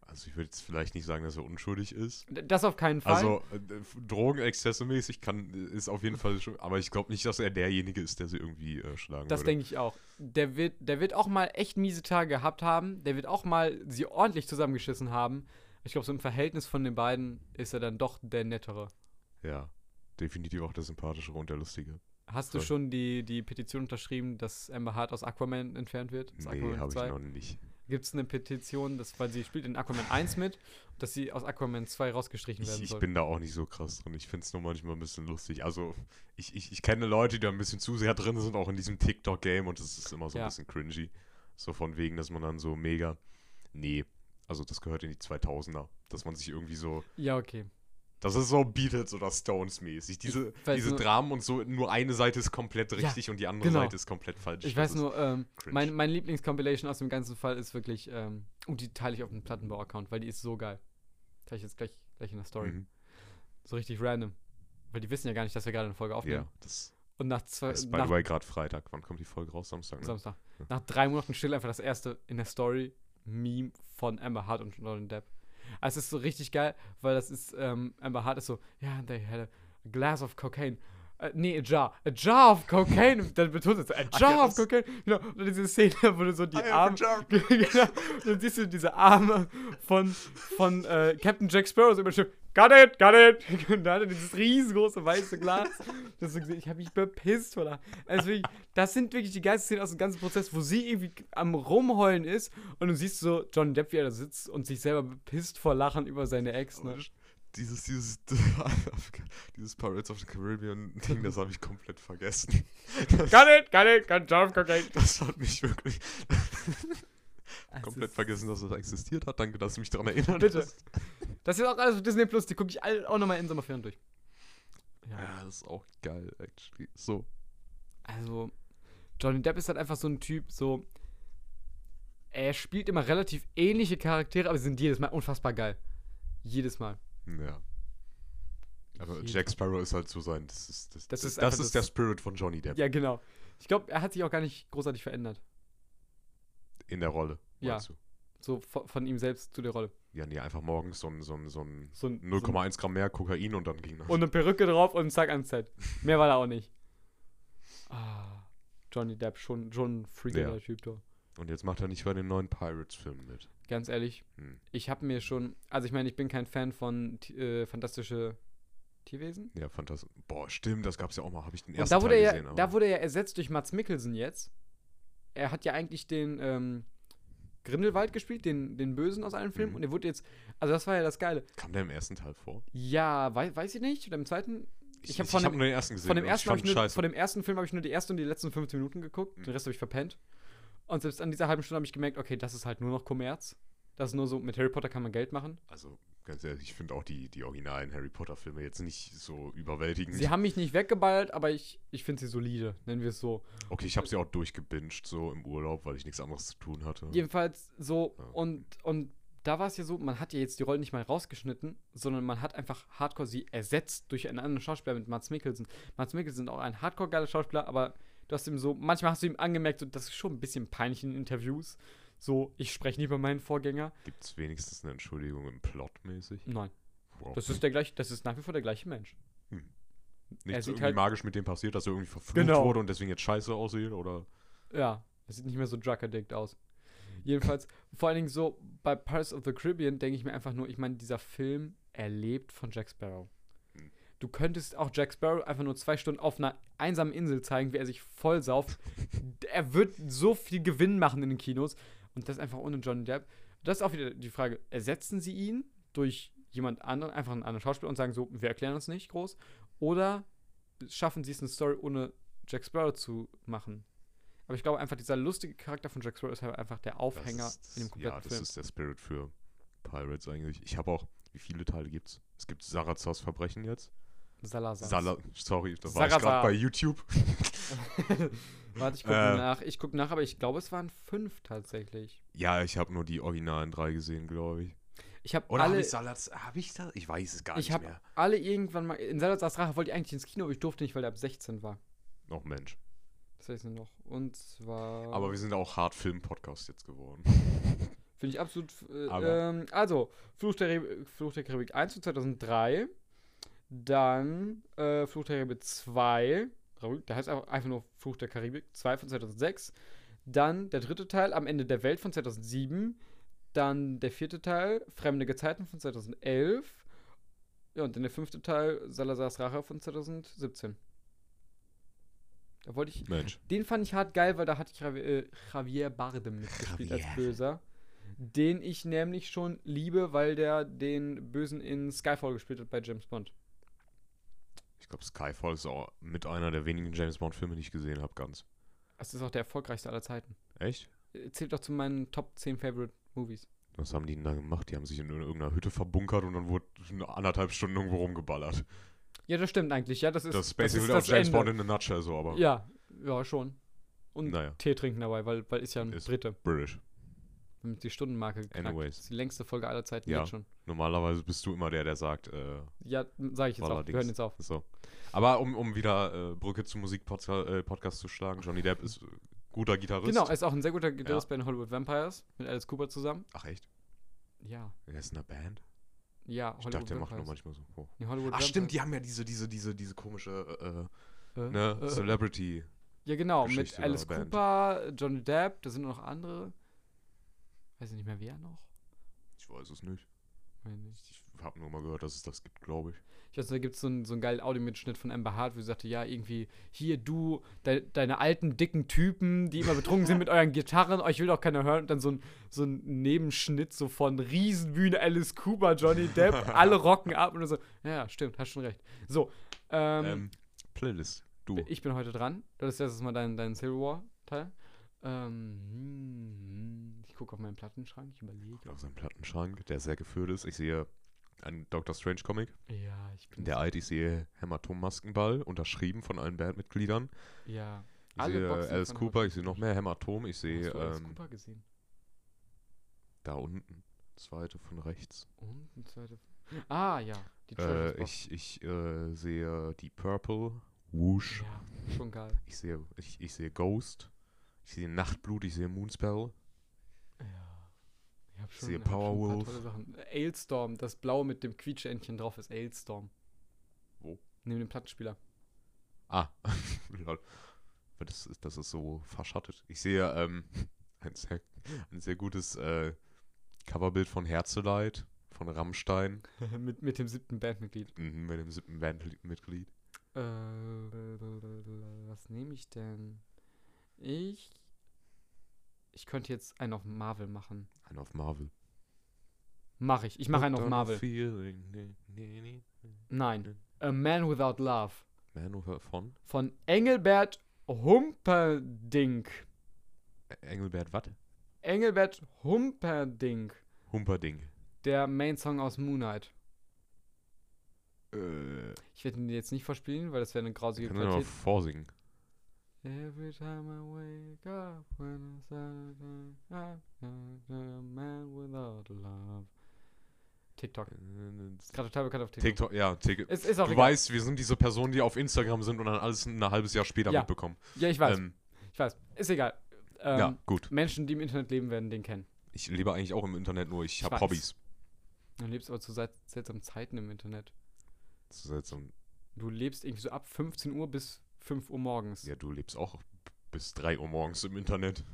Speaker 2: Also ich würde jetzt vielleicht nicht sagen, dass er unschuldig ist.
Speaker 1: D- Das auf keinen Fall.
Speaker 2: Also äh, d- f- Drogenexzesse mäßig kann ist auf jeden Fall schon, aber ich glaube nicht, dass er derjenige ist, der sie irgendwie äh, schlagen
Speaker 1: Das
Speaker 2: würde.
Speaker 1: denke ich auch. Der wird, der wird auch mal echt miese Tage gehabt haben. Der wird auch mal sie ordentlich zusammengeschissen haben. Ich glaube, so im Verhältnis von den beiden ist er dann doch der Nettere.
Speaker 2: Ja, definitiv auch der sympathischere und der lustige.
Speaker 1: Hast du
Speaker 2: Voll.
Speaker 1: schon die, die Petition unterschrieben, dass Amber Hart aus Aquaman entfernt wird? Aus
Speaker 2: Nee, habe ich noch nicht.
Speaker 1: Gibt es eine Petition, dass, weil sie spielt in Aquaman 1 mit, dass sie aus Aquaman 2 rausgestrichen
Speaker 2: Ich,
Speaker 1: werden
Speaker 2: ich
Speaker 1: soll?
Speaker 2: bin da auch nicht so krass drin. Ich finde es nur manchmal ein bisschen lustig. Also, ich, ich, ich kenne Leute, die da ein bisschen zu sehr drin sind, auch in diesem TikTok-Game und das ist immer so ein
Speaker 1: Ja.
Speaker 2: bisschen cringy. So von wegen, dass man dann so mega. Nee, also das gehört in die 2000er. Dass man sich irgendwie so.
Speaker 1: ja, okay.
Speaker 2: Das ist so Beatles oder Stones mäßig. Diese,
Speaker 1: weiß
Speaker 2: diese
Speaker 1: nur-
Speaker 2: Dramen und so, nur eine Seite ist komplett
Speaker 1: Ja,
Speaker 2: richtig und die andere
Speaker 1: genau.
Speaker 2: Seite ist komplett falsch.
Speaker 1: Ich
Speaker 2: Das
Speaker 1: weiß
Speaker 2: ist-
Speaker 1: nur, ähm,
Speaker 2: cringe. Mhm.
Speaker 1: mein, mein Lieblingscompilation aus dem ganzen Fall ist wirklich, ähm, und die teile ich auf dem Plattenbau-Account, weil die ist so geil. Teile ich jetzt gleich, gleich in der Story.
Speaker 2: Mhm.
Speaker 1: So richtig random. Weil die wissen ja gar nicht, dass wir gerade eine Folge aufnehmen.
Speaker 2: Ja, das
Speaker 1: Und nach zwei
Speaker 2: ist, by the
Speaker 1: äh, nach
Speaker 2: way, gerade Freitag. Wann kommt die Folge raus? Samstag, ne?
Speaker 1: Samstag.
Speaker 2: Ja.
Speaker 1: Nach drei Monaten still einfach das erste in der Story Meme von Amber Hart und Johnny Depp. Also es ist so richtig geil, weil das ist, ähm, Amber Hart ist so, ja, yeah, they had a glass of cocaine. Äh, nee, a jar. A jar of cocaine. Und Dann betont es, so, a
Speaker 2: Ach
Speaker 1: jar
Speaker 2: ja,
Speaker 1: of
Speaker 2: das- Ah
Speaker 1: cocaine. Genau. Und dann diese Szene, wo du so die
Speaker 2: I have a
Speaker 1: Arme.
Speaker 2: jar.
Speaker 1: genau. Und dann siehst du diese Arme von, von äh, Captain Jack Sparrow so über den Schiff. Got it, got it. Und da hat er dieses riesengroße weiße Glas. Das so gesehen, ich habe mich bepisst vor Lachen. Also wirklich, das sind wirklich die geilsten Szenen aus dem ganzen Prozess, wo sie irgendwie am Rumheulen ist und du siehst so Johnny Depp, wie er da sitzt und sich selber bepisst vor Lachen über seine Ex. Ne?
Speaker 2: Dieses, dieses, dieses Pirates of the Caribbean Ding, das habe ich komplett vergessen. Das,
Speaker 1: Got it, got it, got job, got it.
Speaker 2: das hat mich wirklich
Speaker 1: Also
Speaker 2: komplett
Speaker 1: es-
Speaker 2: vergessen, dass das existiert hat. Danke, dass du mich daran erinnert
Speaker 1: Bitte.
Speaker 2: hast.
Speaker 1: Das ist auch alles auf Disney Plus, die gucke ich alle auch nochmal in Sommerferien durch. Ja,
Speaker 2: Ja, das ist auch geil, actually. So.
Speaker 1: also Johnny Depp ist halt einfach so ein Typ, so. Er spielt immer relativ ähnliche Charaktere, aber sie sind jedes Mal unfassbar geil. Jedes Mal.
Speaker 2: Ja. Aber
Speaker 1: Jedes
Speaker 2: Jack Sparrow ist halt so sein. Das ist, das,
Speaker 1: Das
Speaker 2: das
Speaker 1: ist
Speaker 2: ist,
Speaker 1: einfach
Speaker 2: der
Speaker 1: das-
Speaker 2: Spirit von Johnny Depp
Speaker 1: Ja, genau. Ich glaube, er hat sich auch gar nicht großartig verändert.
Speaker 2: in der Rolle.
Speaker 1: Ja.
Speaker 2: meinst du?
Speaker 1: So von, von ihm selbst zu der Rolle.
Speaker 2: Ja, nee, einfach morgens so ein, so ein, so ein
Speaker 1: So ein, so ein
Speaker 2: 0,1 Gramm mehr Kokain und dann ging das.
Speaker 1: und eine Perücke drauf und zack ans Set. Mehr war da auch nicht. Ah, Johnny Depp, schon, schon ein freakiger
Speaker 2: Ja.
Speaker 1: Typ da.
Speaker 2: Und jetzt macht er nicht bei den neuen Pirates-Filmen mit.
Speaker 1: Ganz ehrlich,
Speaker 2: Hm.
Speaker 1: ich habe mir schon, also ich meine, ich bin kein Fan von T- äh, fantastische Tierwesen.
Speaker 2: Ja, fantastisch. Boah, stimmt, das gab's ja auch mal. Habe ich den
Speaker 1: Und
Speaker 2: ersten
Speaker 1: da wurde,
Speaker 2: Teil
Speaker 1: er,
Speaker 2: gesehen.
Speaker 1: da wurde er ersetzt durch Mats Mikkelsen jetzt. Er hat ja eigentlich den ähm, Grindelwald gespielt, den, den Bösen aus allen Filmen.
Speaker 2: Mhm.
Speaker 1: Und er wurde jetzt, also das war ja das Geile.
Speaker 2: Kam der im ersten Teil vor?
Speaker 1: Ja, wei weiß ich nicht. Oder im zweiten Ich hab von
Speaker 2: hab
Speaker 1: dem-
Speaker 2: nur den ersten gesehen.
Speaker 1: Von dem,
Speaker 2: und
Speaker 1: ersten hab
Speaker 2: ich
Speaker 1: ich
Speaker 2: fand
Speaker 1: nur,
Speaker 2: scheiße. Mhm.
Speaker 1: von dem ersten Film habe ich nur die erste und die letzten 15 Minuten geguckt, den Rest habe ich verpennt. Und selbst an dieser halben Stunde habe ich gemerkt, okay, das ist halt nur noch Kommerz. Das ist nur so, mit Harry Potter kann man Geld machen.
Speaker 2: also, ganz ehrlich, ich finde auch die, die originalen Harry Potter-Filme jetzt nicht so überwältigend.
Speaker 1: Sie haben mich nicht weggeballert, aber ich, ich finde sie solide, nennen wir es so.
Speaker 2: okay, ich habe sie auch durchgebinged, so im Urlaub, weil ich nichts anderes zu tun hatte.
Speaker 1: Jedenfalls so,
Speaker 2: Ja.
Speaker 1: und, und da war es ja so, man hat ja jetzt die Rollen nicht mal rausgeschnitten, sondern man hat einfach Hardcore sie ersetzt durch einen anderen Schauspieler mit Mats Mikkelsen. Mats Mikkelsen ist auch ein Hardcore geiler Schauspieler, aber du hast ihm so, manchmal hast du ihm angemerkt, so, das ist schon ein bisschen peinlich in Interviews. So, ich spreche nie über meinen Vorgänger.
Speaker 2: Gibt's wenigstens eine Entschuldigung im Plot mäßig?
Speaker 1: Nein,
Speaker 2: Wow.
Speaker 1: das ist der gleiche, das ist nach wie vor der gleiche Mensch. er
Speaker 2: nichts
Speaker 1: sieht
Speaker 2: irgendwie
Speaker 1: halt-
Speaker 2: magisch mit dem passiert, dass er irgendwie verflucht
Speaker 1: Genau.
Speaker 2: wurde und deswegen jetzt scheiße aussieht oder.
Speaker 1: Ja, es sieht nicht mehr so drug-addict aus. Jedenfalls, vor allen Dingen so, bei Pirates of the Caribbean denke ich mir einfach nur, ich meine, dieser Film erlebt von Jack Sparrow.
Speaker 2: Mhm.
Speaker 1: Du könntest auch Jack Sparrow einfach nur zwei Stunden auf einer einsamen Insel zeigen, wie er sich vollsauft. er wird so viel Gewinn machen in den Kinos. Und das einfach ohne Johnny Depp. Das ist auch wieder die Frage, ersetzen sie ihn durch jemand anderen, einfach einen anderen Schauspieler und sagen so, wir erklären uns nicht groß. Oder schaffen sie es eine Story ohne Jack Sparrow zu machen. Aber ich glaube einfach, dieser lustige Charakter von Jack Sparrow ist halt einfach der
Speaker 2: Das
Speaker 1: Aufhänger
Speaker 2: ist-
Speaker 1: in dem kompletten
Speaker 2: Ja, das
Speaker 1: Film.
Speaker 2: ist der Spirit für Pirates eigentlich. Ich habe auch, wie viele Teile gibt's? Es gibt Sarazars Verbrechen jetzt.
Speaker 1: Salazar.
Speaker 2: Sala Sorry, da war ich
Speaker 1: Salazar.
Speaker 2: gerade bei YouTube.
Speaker 1: Warte, ich gucke
Speaker 2: Äh.
Speaker 1: nach. Ich gucke nach, aber ich glaube, es waren fünf tatsächlich.
Speaker 2: Ja, ich habe nur die originalen drei gesehen, glaube ich.
Speaker 1: Ich habe
Speaker 2: Oder habe
Speaker 1: alle,
Speaker 2: ich Salazar? Habe ich das? Ich weiß es gar
Speaker 1: ich
Speaker 2: nicht
Speaker 1: habe
Speaker 2: mehr.
Speaker 1: alle irgendwann mal. In Salazar's Rache wollte ich eigentlich ins Kino, aber ich durfte nicht, weil der ab 16 war.
Speaker 2: Noch Mensch.
Speaker 1: Das weiß ich noch. Und zwar.
Speaker 2: Aber wir sind auch hart Film-Podcast jetzt geworden.
Speaker 1: Finde ich absolut. Äh,
Speaker 2: Aber-
Speaker 1: ähm, also, Fluch der, Re Fluch der Karibik 1 von 2003. Dann äh, Fluch der Karibik 2. Karibik, Der heißt einfach, einfach nur Fluch der Karibik 2 von 2006. Dann der dritte Teil, Am Ende der Welt von 2007. Dann der vierte Teil, Fremde Gezeiten von 2011. Ja, und dann der fünfte Teil, Salazars Rache von 2017. Da wollte ich
Speaker 2: Mensch.
Speaker 1: den fand ich hart geil, weil da hatte ich Javi- äh, Javier Bardem mitgespielt als
Speaker 2: Javier.
Speaker 1: Böser. Den ich nämlich schon liebe, weil der den Bösen in Skyfall gespielt hat bei James Bond.
Speaker 2: Ich glaube, Skyfall ist auch mit einer der wenigen James Bond-Filme, die ich gesehen habe, ganz.
Speaker 1: Das ist auch der erfolgreichste aller Zeiten.
Speaker 2: Echt?
Speaker 1: Äh, Zählt doch zu meinen Top 10 Favorite Movies.
Speaker 2: Was haben die denn da gemacht? Die haben sich in irgendeiner Hütte verbunkert und dann wurde eine anderthalb Stunden irgendwo rumgeballert.
Speaker 1: Ja, das stimmt eigentlich. Ja, das ist
Speaker 2: Das ist basically
Speaker 1: ist
Speaker 2: auch James
Speaker 1: Ende.
Speaker 2: Bond in a nutshell so, aber
Speaker 1: Ja, ja, schon. Und
Speaker 2: Naja.
Speaker 1: Tee trinken dabei, weil, weil ist ja ein
Speaker 2: Ist-
Speaker 1: Brite.
Speaker 2: British.
Speaker 1: Wir haben jetzt die Stundenmarke geknackt.
Speaker 2: Anyways.
Speaker 1: Das ist die längste Folge aller Zeiten
Speaker 2: Ja.
Speaker 1: jetzt schon.
Speaker 2: Normalerweise bist du immer der, der sagt, äh,
Speaker 1: Ja, sage ich jetzt auch. Wir
Speaker 2: Allerdings.
Speaker 1: hören jetzt auf.
Speaker 2: so. Aber um, um wieder äh, Brücke zum Musikpodcast äh, Podcast zu schlagen, Johnny Depp ist äh, guter Gitarrist.
Speaker 1: Genau, er ist auch ein sehr guter Gitarrist bei den Hollywood Vampires mit Alice Cooper zusammen.
Speaker 2: Ach echt?
Speaker 1: Ja.
Speaker 2: Er ist in einer Band?
Speaker 1: Ja,
Speaker 2: Ich dachte, der macht nur manchmal so. Oh.
Speaker 1: Nee, Hollywood
Speaker 2: Ach
Speaker 1: Vampires.
Speaker 2: stimmt, die haben ja diese, diese, diese, diese komische
Speaker 1: Äh,
Speaker 2: äh, ne,
Speaker 1: äh,
Speaker 2: Celebrity.
Speaker 1: ja, genau.
Speaker 2: Geschichte
Speaker 1: mit Alice
Speaker 2: oder Band.
Speaker 1: Cooper, Johnny Depp, da sind noch andere. Weiß ich nicht mehr, wer noch.
Speaker 2: Ich weiß es nicht.
Speaker 1: Weiß ich nicht.
Speaker 2: Ich habe nur mal gehört, dass es das gibt, glaube ich.
Speaker 1: Ich weiß, da gibt so es so einen geilen Audiomitschnitt von Amber Hart, wo sie sagte: Ja, irgendwie, hier, du, de deine alten, dicken Typen, die immer betrunken sind mit euren Gitarren, euch will doch keiner hören. Und dann so ein, so ein Nebenschnitt so von Riesenbühne, Alice Cooper, Johnny Depp, alle rocken ab und so. Ja, stimmt, hast schon recht. So, ähm,
Speaker 2: Ähm, Playlist. Du.
Speaker 1: Ich bin heute dran. Das ist jetzt mal dein, dein Civil War-Teil. Ähm, ich gucke auf meinen Plattenschrank, ich überlege.
Speaker 2: auf seinem Plattenschrank, der sehr gefüllt ist. Ich sehe einen Doctor Strange Comic,
Speaker 1: Ja, ich bin.
Speaker 2: der alt, ich sehe Hämatom-Maskenball, unterschrieben von allen Bandmitgliedern.
Speaker 1: ja.
Speaker 2: Ich sehe äh, Alice
Speaker 1: von
Speaker 2: Cooper,
Speaker 1: Hot-
Speaker 2: ich sehe noch mehr Hämatom, ich sehe
Speaker 1: Hast du Alice
Speaker 2: ähm,
Speaker 1: Cooper gesehen?
Speaker 2: da unten, zweite von rechts.
Speaker 1: Und eine zweite. Ah, ja. Die Treasures
Speaker 2: Äh,
Speaker 1: Box.
Speaker 2: ich ich äh, sehe die Purple, Whoosh,
Speaker 1: Ja, schon geil.
Speaker 2: ich sehe, ich, ich sehe Ghost, ich sehe Nachtblut, ich sehe Moonspell.
Speaker 1: Ja. Ich hab schon,
Speaker 2: sehe
Speaker 1: ich hab schon ein paar
Speaker 2: Powerwolf.
Speaker 1: tolle Sachen. Äh, Ailstorm, das blaue mit dem Quietscheentchen drauf ist Ailstorm.
Speaker 2: Wo?
Speaker 1: Neben dem Plattenspieler.
Speaker 2: Ah, lol. Aber Das ist, das ist so verschattet. Ich sehe ähm, ein, sehr, ein sehr gutes äh, Coverbild von Herzeleid, von Rammstein,
Speaker 1: mit, mit dem siebten Bandmitglied.
Speaker 2: mhm, mit dem siebten Bandmitglied.
Speaker 1: Äh, was nehme ich denn? Ich. Ich könnte jetzt einen auf Marvel machen.
Speaker 2: Einen auf Marvel.
Speaker 1: Mache ich. Ich mache einen
Speaker 2: Put
Speaker 1: auf
Speaker 2: on a
Speaker 1: Marvel.
Speaker 2: feeling, nee, nee, nee.
Speaker 1: Nein. A Man Without Love
Speaker 2: Man of- von
Speaker 1: von Engelbert Humperdinck.
Speaker 2: Engelbert Watt?
Speaker 1: Engelbert Humperdinck.
Speaker 2: Humperding.
Speaker 1: Der Main-Song aus Moonlight.
Speaker 2: Äh,
Speaker 1: Ich werde ihn dir jetzt nicht verspielen, weil das wäre eine grausige
Speaker 2: kann man mal
Speaker 1: Qualität.
Speaker 2: vorsingen.
Speaker 1: Every time I wake up when it's Saturday, I'm a man without love. TikTok. Ist gerade total bekannt auf TikTok.
Speaker 2: TikTok, ja, TikTok.
Speaker 1: Es ist auch
Speaker 2: Du
Speaker 1: egal.
Speaker 2: weißt, wir sind diese Personen, die auf Instagram sind und dann alles ein halbes Jahr später
Speaker 1: Ja,
Speaker 2: mitbekommen.
Speaker 1: ja, ich weiß.
Speaker 2: Ähm,
Speaker 1: ich weiß. Ist egal. Ähm,
Speaker 2: ja, gut.
Speaker 1: Menschen, die im Internet leben, werden den kennen.
Speaker 2: Ich lebe eigentlich auch im Internet, nur ich
Speaker 1: Ich
Speaker 2: habe
Speaker 1: weiß.
Speaker 2: Hobbys.
Speaker 1: Du lebst aber zu sel- seltsamen Zeiten im Internet.
Speaker 2: Das ist jetzt so ein-
Speaker 1: Du lebst irgendwie so ab 15 Uhr bis 5 Uhr morgens. Ja,
Speaker 2: ja, du lebst auch bis 3 Uhr morgens im Internet.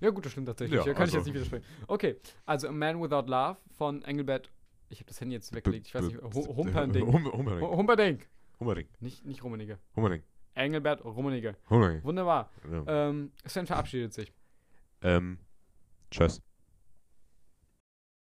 Speaker 1: gut, das stimmt tatsächlich.
Speaker 2: Ja,
Speaker 1: da kann ich jetzt
Speaker 2: also-
Speaker 1: nicht widersprechen. Okay, also A Man Without Love von Engelbert. Ich habe das Handy jetzt weggelegt. Ich weiß nicht. Hu- Humperdinck.
Speaker 2: Hum- Humperding.
Speaker 1: Hu- Humperdinck.
Speaker 2: Humperding.
Speaker 1: Nicht, nicht Rummenigge.
Speaker 2: Humperding.
Speaker 1: Engelbert Rummenigge.
Speaker 2: Humperding.
Speaker 1: Äh. Wunderbar.
Speaker 2: Ja.
Speaker 1: Ähm, Sven verabschiedet sich.
Speaker 2: Ähm, tschüss.